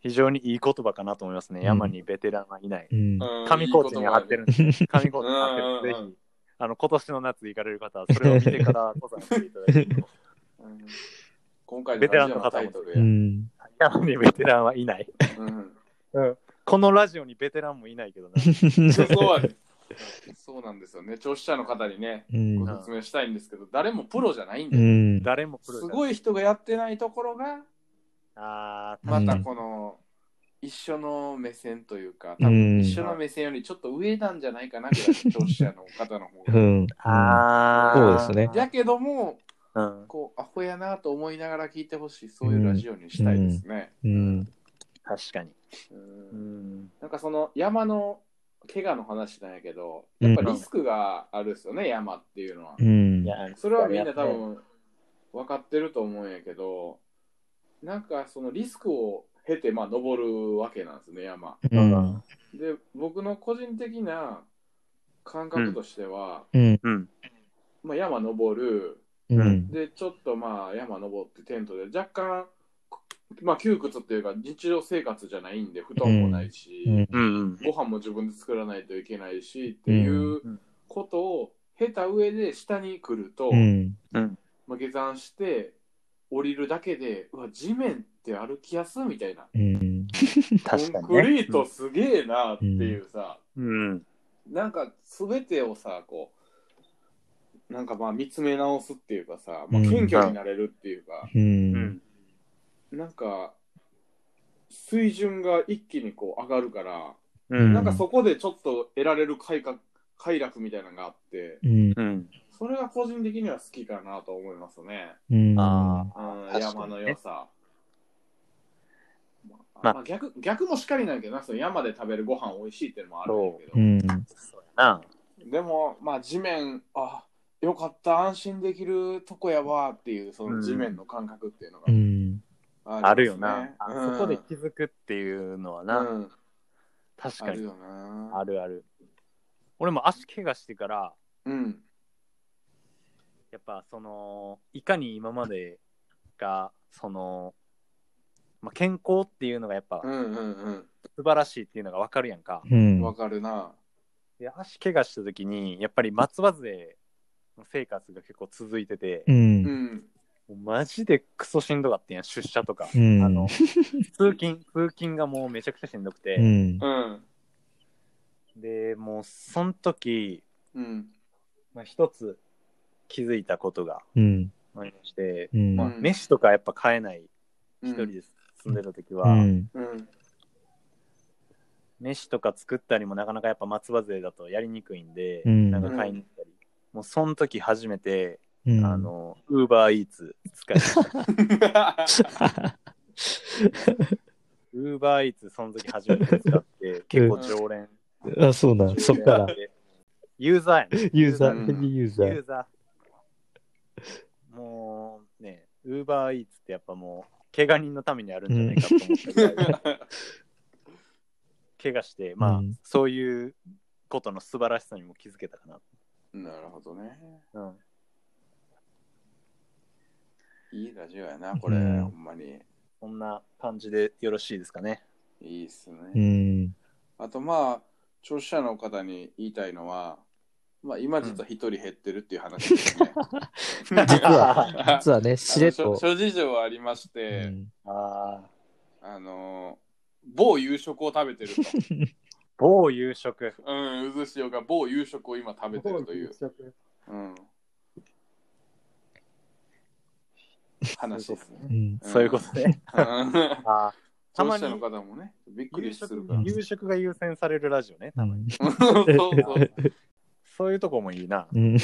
[SPEAKER 4] 非常にいい言葉かなと思いますね。
[SPEAKER 2] うん
[SPEAKER 4] 山にベテランはいない。
[SPEAKER 2] うん。
[SPEAKER 1] うん
[SPEAKER 4] 紙コーチに貼ってるんで、紙コーチに貼ってる
[SPEAKER 1] うんんうんう
[SPEAKER 4] で、
[SPEAKER 1] ん
[SPEAKER 4] ぜひ、あの、今年の夏行かれる方は、それを見てから登山していただきたいと。
[SPEAKER 1] うん今回
[SPEAKER 4] ベテランの方
[SPEAKER 1] ラ
[SPEAKER 4] も
[SPEAKER 1] ジオタイトルや
[SPEAKER 2] うん。
[SPEAKER 4] 山にベテランはいない。
[SPEAKER 1] うん
[SPEAKER 4] このラジオにベテランもいないけどな。
[SPEAKER 1] そうそうやねそうなんですよね。聴取者の方にね、
[SPEAKER 2] うん
[SPEAKER 1] ご。説明したいんですけど、誰もプロじゃないん
[SPEAKER 2] う
[SPEAKER 1] で、
[SPEAKER 2] ん。
[SPEAKER 4] 誰もプロ
[SPEAKER 1] す
[SPEAKER 4] じゃない。
[SPEAKER 1] ごい人がやってないところが、
[SPEAKER 4] あー
[SPEAKER 2] う
[SPEAKER 1] ま
[SPEAKER 2] ん
[SPEAKER 1] たこの、一緒の目線というか、
[SPEAKER 2] う
[SPEAKER 1] 多分
[SPEAKER 2] ん
[SPEAKER 1] 一緒の目線よりちょっと上なんじゃないかなぐらい、聴取者の方の方
[SPEAKER 2] う
[SPEAKER 1] が。
[SPEAKER 2] ん。
[SPEAKER 4] あ
[SPEAKER 2] そう
[SPEAKER 4] ー。
[SPEAKER 2] ですね
[SPEAKER 1] だけども、
[SPEAKER 4] うん。
[SPEAKER 1] こう、アホやなと思いながら聞いてほしい、そういうラジオにしたいですね。
[SPEAKER 2] うん。
[SPEAKER 4] 確かに。
[SPEAKER 1] うん
[SPEAKER 4] うん。
[SPEAKER 1] なんかその山の怪我の話なんやけど、やっぱリスクがあるですよね、山っていうのは
[SPEAKER 2] う。ん
[SPEAKER 4] い。や
[SPEAKER 1] それはみんな多分分かってると思うんやけど、なんかそのリスクを経て、まあ、登るわけなんですね、山。
[SPEAKER 2] うん。
[SPEAKER 1] で、僕の個人的な感覚としては、
[SPEAKER 2] うん。
[SPEAKER 4] うん。
[SPEAKER 1] まあ、山登る、
[SPEAKER 2] うん。
[SPEAKER 1] で、ちょっとまあ山登ってテントで、若干、まあ窮屈っていうか、日常生活じゃないんで、布団もないし。
[SPEAKER 2] うん。
[SPEAKER 4] うん。
[SPEAKER 1] ご飯も自分で作らないといけないしっていううんことを経た上で下に来ると、
[SPEAKER 2] うん。
[SPEAKER 1] まあ、下山して降りるだけでうわ地面って歩きやすいみたいな、
[SPEAKER 2] うん。
[SPEAKER 1] コ
[SPEAKER 4] 確か
[SPEAKER 1] ン
[SPEAKER 4] に。
[SPEAKER 1] クリート。すげえなっていうさ、
[SPEAKER 4] うん。
[SPEAKER 1] なんか全てをさこうなんかまあ見つめ直すっていうかさ、まあ、
[SPEAKER 2] うん
[SPEAKER 1] 謙虚になれるっていうか、
[SPEAKER 2] うん。
[SPEAKER 4] うん。
[SPEAKER 1] なんか水準が一気にこう上がるから、
[SPEAKER 4] うん。
[SPEAKER 1] なんかそこでちょっと得られる快楽快楽みたいなのがあって、
[SPEAKER 2] うん。
[SPEAKER 4] うん。
[SPEAKER 1] それが個人的には好きかなと思いますね。
[SPEAKER 2] うん。
[SPEAKER 4] あ
[SPEAKER 1] うん
[SPEAKER 4] 確かにね
[SPEAKER 1] 山の良さ。まあ
[SPEAKER 4] まあ
[SPEAKER 1] まあ逆逆もしかりなんやけどな、その山で食べるご飯美味しいっていうのもあるんやけど、
[SPEAKER 2] うん。
[SPEAKER 4] あ。
[SPEAKER 1] でも、まあ、地面、あよかった、安心できるとこやわっていう、その地面の感覚っていうのが
[SPEAKER 2] う、ん。
[SPEAKER 4] あるよな。あ
[SPEAKER 1] りますね
[SPEAKER 4] そこで気づくっていうのは
[SPEAKER 1] うん、
[SPEAKER 4] な、
[SPEAKER 1] うん
[SPEAKER 4] 確
[SPEAKER 1] あ
[SPEAKER 4] か
[SPEAKER 1] る
[SPEAKER 4] に
[SPEAKER 1] よな。
[SPEAKER 4] あるある。俺も足怪我してから、
[SPEAKER 1] うん。
[SPEAKER 4] やっぱその、いかに今までが、その、まあ、健康っていうのがやっぱ
[SPEAKER 1] うんうん
[SPEAKER 4] 素晴らしいっていうのがわかるやんか。
[SPEAKER 2] う
[SPEAKER 1] うん。
[SPEAKER 2] ん。
[SPEAKER 1] わかるな。
[SPEAKER 4] で、足怪我した時に、やっぱり松葉杖の生活が結構続いてて、
[SPEAKER 2] うん。
[SPEAKER 1] うん。
[SPEAKER 4] もうマジでクソしんどかったんやん、出社とか。
[SPEAKER 2] うん
[SPEAKER 4] あの、通勤、通勤がもうめちゃくちゃしんどくて。
[SPEAKER 2] うん。
[SPEAKER 1] うん。
[SPEAKER 4] で、もう、その時、
[SPEAKER 1] うん。
[SPEAKER 4] まあ、一つ気づいたことが
[SPEAKER 2] うん。
[SPEAKER 4] ありまして、
[SPEAKER 2] うん。
[SPEAKER 4] まあ、飯とかやっぱ買えない、一人で住んでた時は、
[SPEAKER 2] うん。
[SPEAKER 1] うん。
[SPEAKER 4] 飯とか作ったりもなかなかやっぱ松葉勢だとやりにくいんで、
[SPEAKER 2] うん
[SPEAKER 4] なんか買いに行ったり。もう、その時初めて、
[SPEAKER 2] うん。
[SPEAKER 4] あの、ウーバーイーツ使いました。ウーバーイーツその時初めて 使って、結構常連。
[SPEAKER 2] あ、そうなん。そっから。
[SPEAKER 4] ユーザーやね。
[SPEAKER 2] ユーザ
[SPEAKER 1] う
[SPEAKER 2] ー、
[SPEAKER 1] ん
[SPEAKER 2] ヘビーユーザ
[SPEAKER 4] ユ
[SPEAKER 2] ー
[SPEAKER 4] ー。ザー。もうね、ウーバーイーツってやっぱもう、怪我人のためにあるんじゃない かと思ったぐらい、怪我して、まあ、
[SPEAKER 2] うん
[SPEAKER 4] そういうことの素晴らしさにも気づけたかな。
[SPEAKER 1] なるほどね。
[SPEAKER 4] うん。
[SPEAKER 1] いいラジオやな、これ、
[SPEAKER 2] うん
[SPEAKER 1] ほんまに。
[SPEAKER 4] そんな感じでよろしいですかね。
[SPEAKER 1] いいっすね。
[SPEAKER 2] うん。
[SPEAKER 1] あとまあ、聴取者の方に言いたいのは、まあ今実は一人減ってるっていう話ですね。
[SPEAKER 2] 実は、
[SPEAKER 1] あ
[SPEAKER 2] 実はね、
[SPEAKER 1] の
[SPEAKER 2] しれっ
[SPEAKER 1] 諸
[SPEAKER 2] と。
[SPEAKER 1] 諸事情はありまし
[SPEAKER 2] う
[SPEAKER 1] て、
[SPEAKER 2] ん
[SPEAKER 4] ああ、
[SPEAKER 1] あの、某夕食を食べてる
[SPEAKER 4] 某夕食。
[SPEAKER 1] と。 うん、渦潮が某夕食を今食べてるという、うん、話ですね。
[SPEAKER 2] うん
[SPEAKER 1] ん
[SPEAKER 4] そういうこと ね。
[SPEAKER 1] うん
[SPEAKER 4] ああ、 た
[SPEAKER 1] 聴
[SPEAKER 4] ま
[SPEAKER 1] 取
[SPEAKER 4] に
[SPEAKER 1] 者の方もね、びっく
[SPEAKER 4] 夕
[SPEAKER 1] りする
[SPEAKER 4] 食
[SPEAKER 1] から。
[SPEAKER 4] 夕食が優先されるラジオね。
[SPEAKER 1] そうそう。
[SPEAKER 4] そういうとこもいいな。
[SPEAKER 2] うん。
[SPEAKER 4] うん。
[SPEAKER 1] い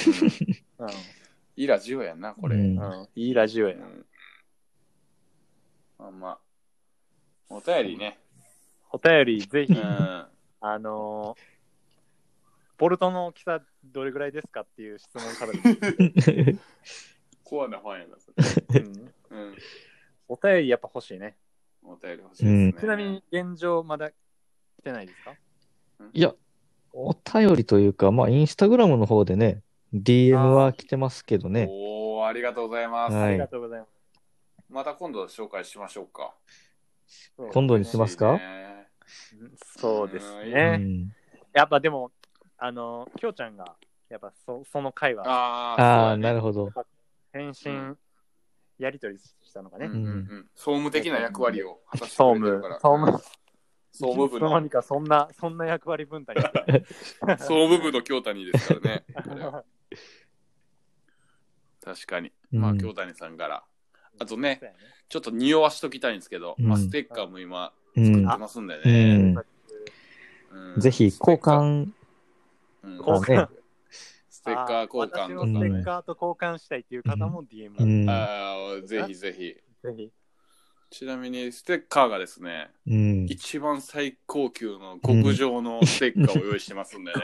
[SPEAKER 1] いラジオやんな、これ。
[SPEAKER 2] うん
[SPEAKER 4] うん、いいラジオや
[SPEAKER 1] う
[SPEAKER 4] な。
[SPEAKER 1] んまあまあ。お便りね。
[SPEAKER 4] お便り、ぜ
[SPEAKER 1] う
[SPEAKER 4] ひ、
[SPEAKER 1] ん。
[SPEAKER 4] あのーボルトの大きさどれぐらいですかっていう質問からです、
[SPEAKER 1] コアなファンやな、そ れ。
[SPEAKER 4] うん
[SPEAKER 1] うん。
[SPEAKER 4] お便りやっぱ欲しいね。
[SPEAKER 1] お便り欲しいですね。
[SPEAKER 4] ちなみに現状まだ来てないですか
[SPEAKER 2] いや、お便りというか、まあ、インスタグラムの方でね、DM は来てますけどね。
[SPEAKER 1] おー、ありがとうございます。
[SPEAKER 4] あ
[SPEAKER 2] は
[SPEAKER 4] り
[SPEAKER 2] い
[SPEAKER 4] がとうございます。
[SPEAKER 1] また今度紹介しましょうか。
[SPEAKER 2] 今度にしますか
[SPEAKER 1] いいね
[SPEAKER 4] うんそうです
[SPEAKER 2] う
[SPEAKER 4] ね。
[SPEAKER 2] ん
[SPEAKER 4] やっぱでも、あのー、きょうちゃんが、やっぱそその会話、
[SPEAKER 1] あー
[SPEAKER 2] ああ、
[SPEAKER 1] そう
[SPEAKER 2] な
[SPEAKER 1] だね
[SPEAKER 2] るほど。
[SPEAKER 4] 返信、やりとりしたのがね。
[SPEAKER 1] うんうんうん総務的な役割を果たしてく
[SPEAKER 4] 総
[SPEAKER 1] れてる
[SPEAKER 4] 務
[SPEAKER 1] から、。
[SPEAKER 4] 総務、
[SPEAKER 1] 総務部
[SPEAKER 4] いつの間
[SPEAKER 1] の
[SPEAKER 4] に、か そんな、そんな役割分担になって
[SPEAKER 1] 総務部の京谷ですから ね。これは確かに。まあ、
[SPEAKER 2] うん
[SPEAKER 1] 京谷さんから。あとね
[SPEAKER 4] そうや
[SPEAKER 1] ちょっと匂わしときたいんですけど、まあ、
[SPEAKER 2] うん
[SPEAKER 1] ステッカーも今
[SPEAKER 2] う
[SPEAKER 1] 作って
[SPEAKER 2] ん。
[SPEAKER 1] ますんで
[SPEAKER 2] う
[SPEAKER 1] ね。
[SPEAKER 2] ん。
[SPEAKER 1] うん
[SPEAKER 2] ぜひ、交。換、
[SPEAKER 1] うん
[SPEAKER 4] 交換
[SPEAKER 2] ね
[SPEAKER 1] ステッカー交換
[SPEAKER 4] 私
[SPEAKER 1] と
[SPEAKER 4] の
[SPEAKER 1] か
[SPEAKER 4] ステ
[SPEAKER 1] ね
[SPEAKER 4] ッ。カーと交換したいっていう方も DM
[SPEAKER 2] う
[SPEAKER 4] を
[SPEAKER 2] ん。
[SPEAKER 1] あーぜひぜひ。
[SPEAKER 4] ぜひ。
[SPEAKER 1] ちなみにステッカーがですね、
[SPEAKER 2] うん。
[SPEAKER 1] 一番最高級の極上のステッカーを用意してますんでね。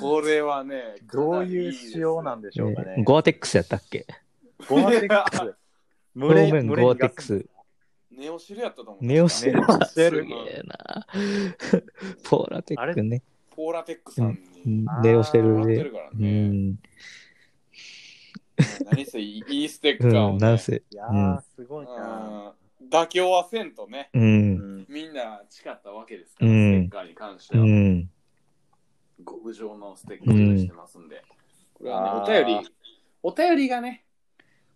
[SPEAKER 1] これはね、
[SPEAKER 4] どういう仕様なん
[SPEAKER 1] で
[SPEAKER 4] でしょうかね
[SPEAKER 2] ね。ゴアテックスやったっけ
[SPEAKER 4] ゴアテックス。
[SPEAKER 2] 表
[SPEAKER 4] 無
[SPEAKER 2] 面ゴアテックス。
[SPEAKER 1] ネオシルやったと思う。
[SPEAKER 2] ネオシル
[SPEAKER 1] ネオシ
[SPEAKER 2] す
[SPEAKER 1] ル
[SPEAKER 2] げえな。 ポーラテックね。
[SPEAKER 1] ポーラテックさん
[SPEAKER 2] う
[SPEAKER 1] に
[SPEAKER 2] ん
[SPEAKER 4] あー
[SPEAKER 2] ネオシ
[SPEAKER 1] もら
[SPEAKER 2] ル
[SPEAKER 1] ってる
[SPEAKER 2] で。
[SPEAKER 1] から
[SPEAKER 2] う
[SPEAKER 1] ね。
[SPEAKER 2] ん。
[SPEAKER 1] 何せいいステッ
[SPEAKER 2] う
[SPEAKER 1] カーを、ね。
[SPEAKER 2] ん。なんせ。
[SPEAKER 4] いやー、すごいな。
[SPEAKER 1] うん妥協はせんとね、
[SPEAKER 2] う。
[SPEAKER 4] うんん。。
[SPEAKER 1] みんな誓ったわけですから、
[SPEAKER 2] うん
[SPEAKER 1] ステッカーに関して
[SPEAKER 2] う
[SPEAKER 1] は。
[SPEAKER 2] ん。
[SPEAKER 1] 極上のステッカーを用意してますんで、これはね、お便り、お便りがね、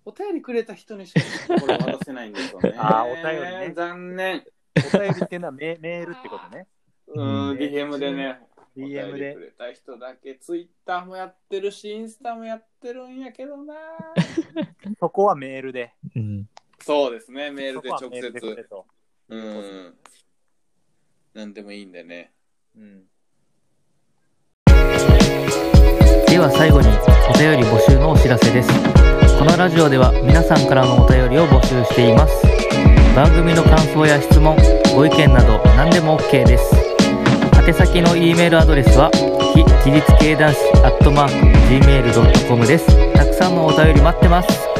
[SPEAKER 1] お便りくれた人にしかこれ渡せないんですよね
[SPEAKER 4] あーお便りね
[SPEAKER 1] 残念。
[SPEAKER 4] お便りっていうのはメメールってこと ね。
[SPEAKER 1] うん、
[SPEAKER 4] ん
[SPEAKER 1] DM でね、お
[SPEAKER 4] DM
[SPEAKER 1] 便り
[SPEAKER 4] で
[SPEAKER 1] く。れた人だけ、Twitter もやってるし、インスタもやってるんやけど な。
[SPEAKER 4] そこはメールで。
[SPEAKER 2] うん。
[SPEAKER 1] そうですね、メール
[SPEAKER 4] そ
[SPEAKER 1] で
[SPEAKER 4] こは
[SPEAKER 1] 直
[SPEAKER 4] メールでくれ
[SPEAKER 1] 接。
[SPEAKER 4] と。
[SPEAKER 1] うん。なんでもいいんでね。
[SPEAKER 4] うん。
[SPEAKER 2] では最後にお便り募集のお知らせですこのラジオでは皆さんからのお便りを募集しています番組の感想や質問ご意見など何でも OK です宛先の E メールアドレスは非自立系男子 gmail.com ですたくさんのお便り待ってます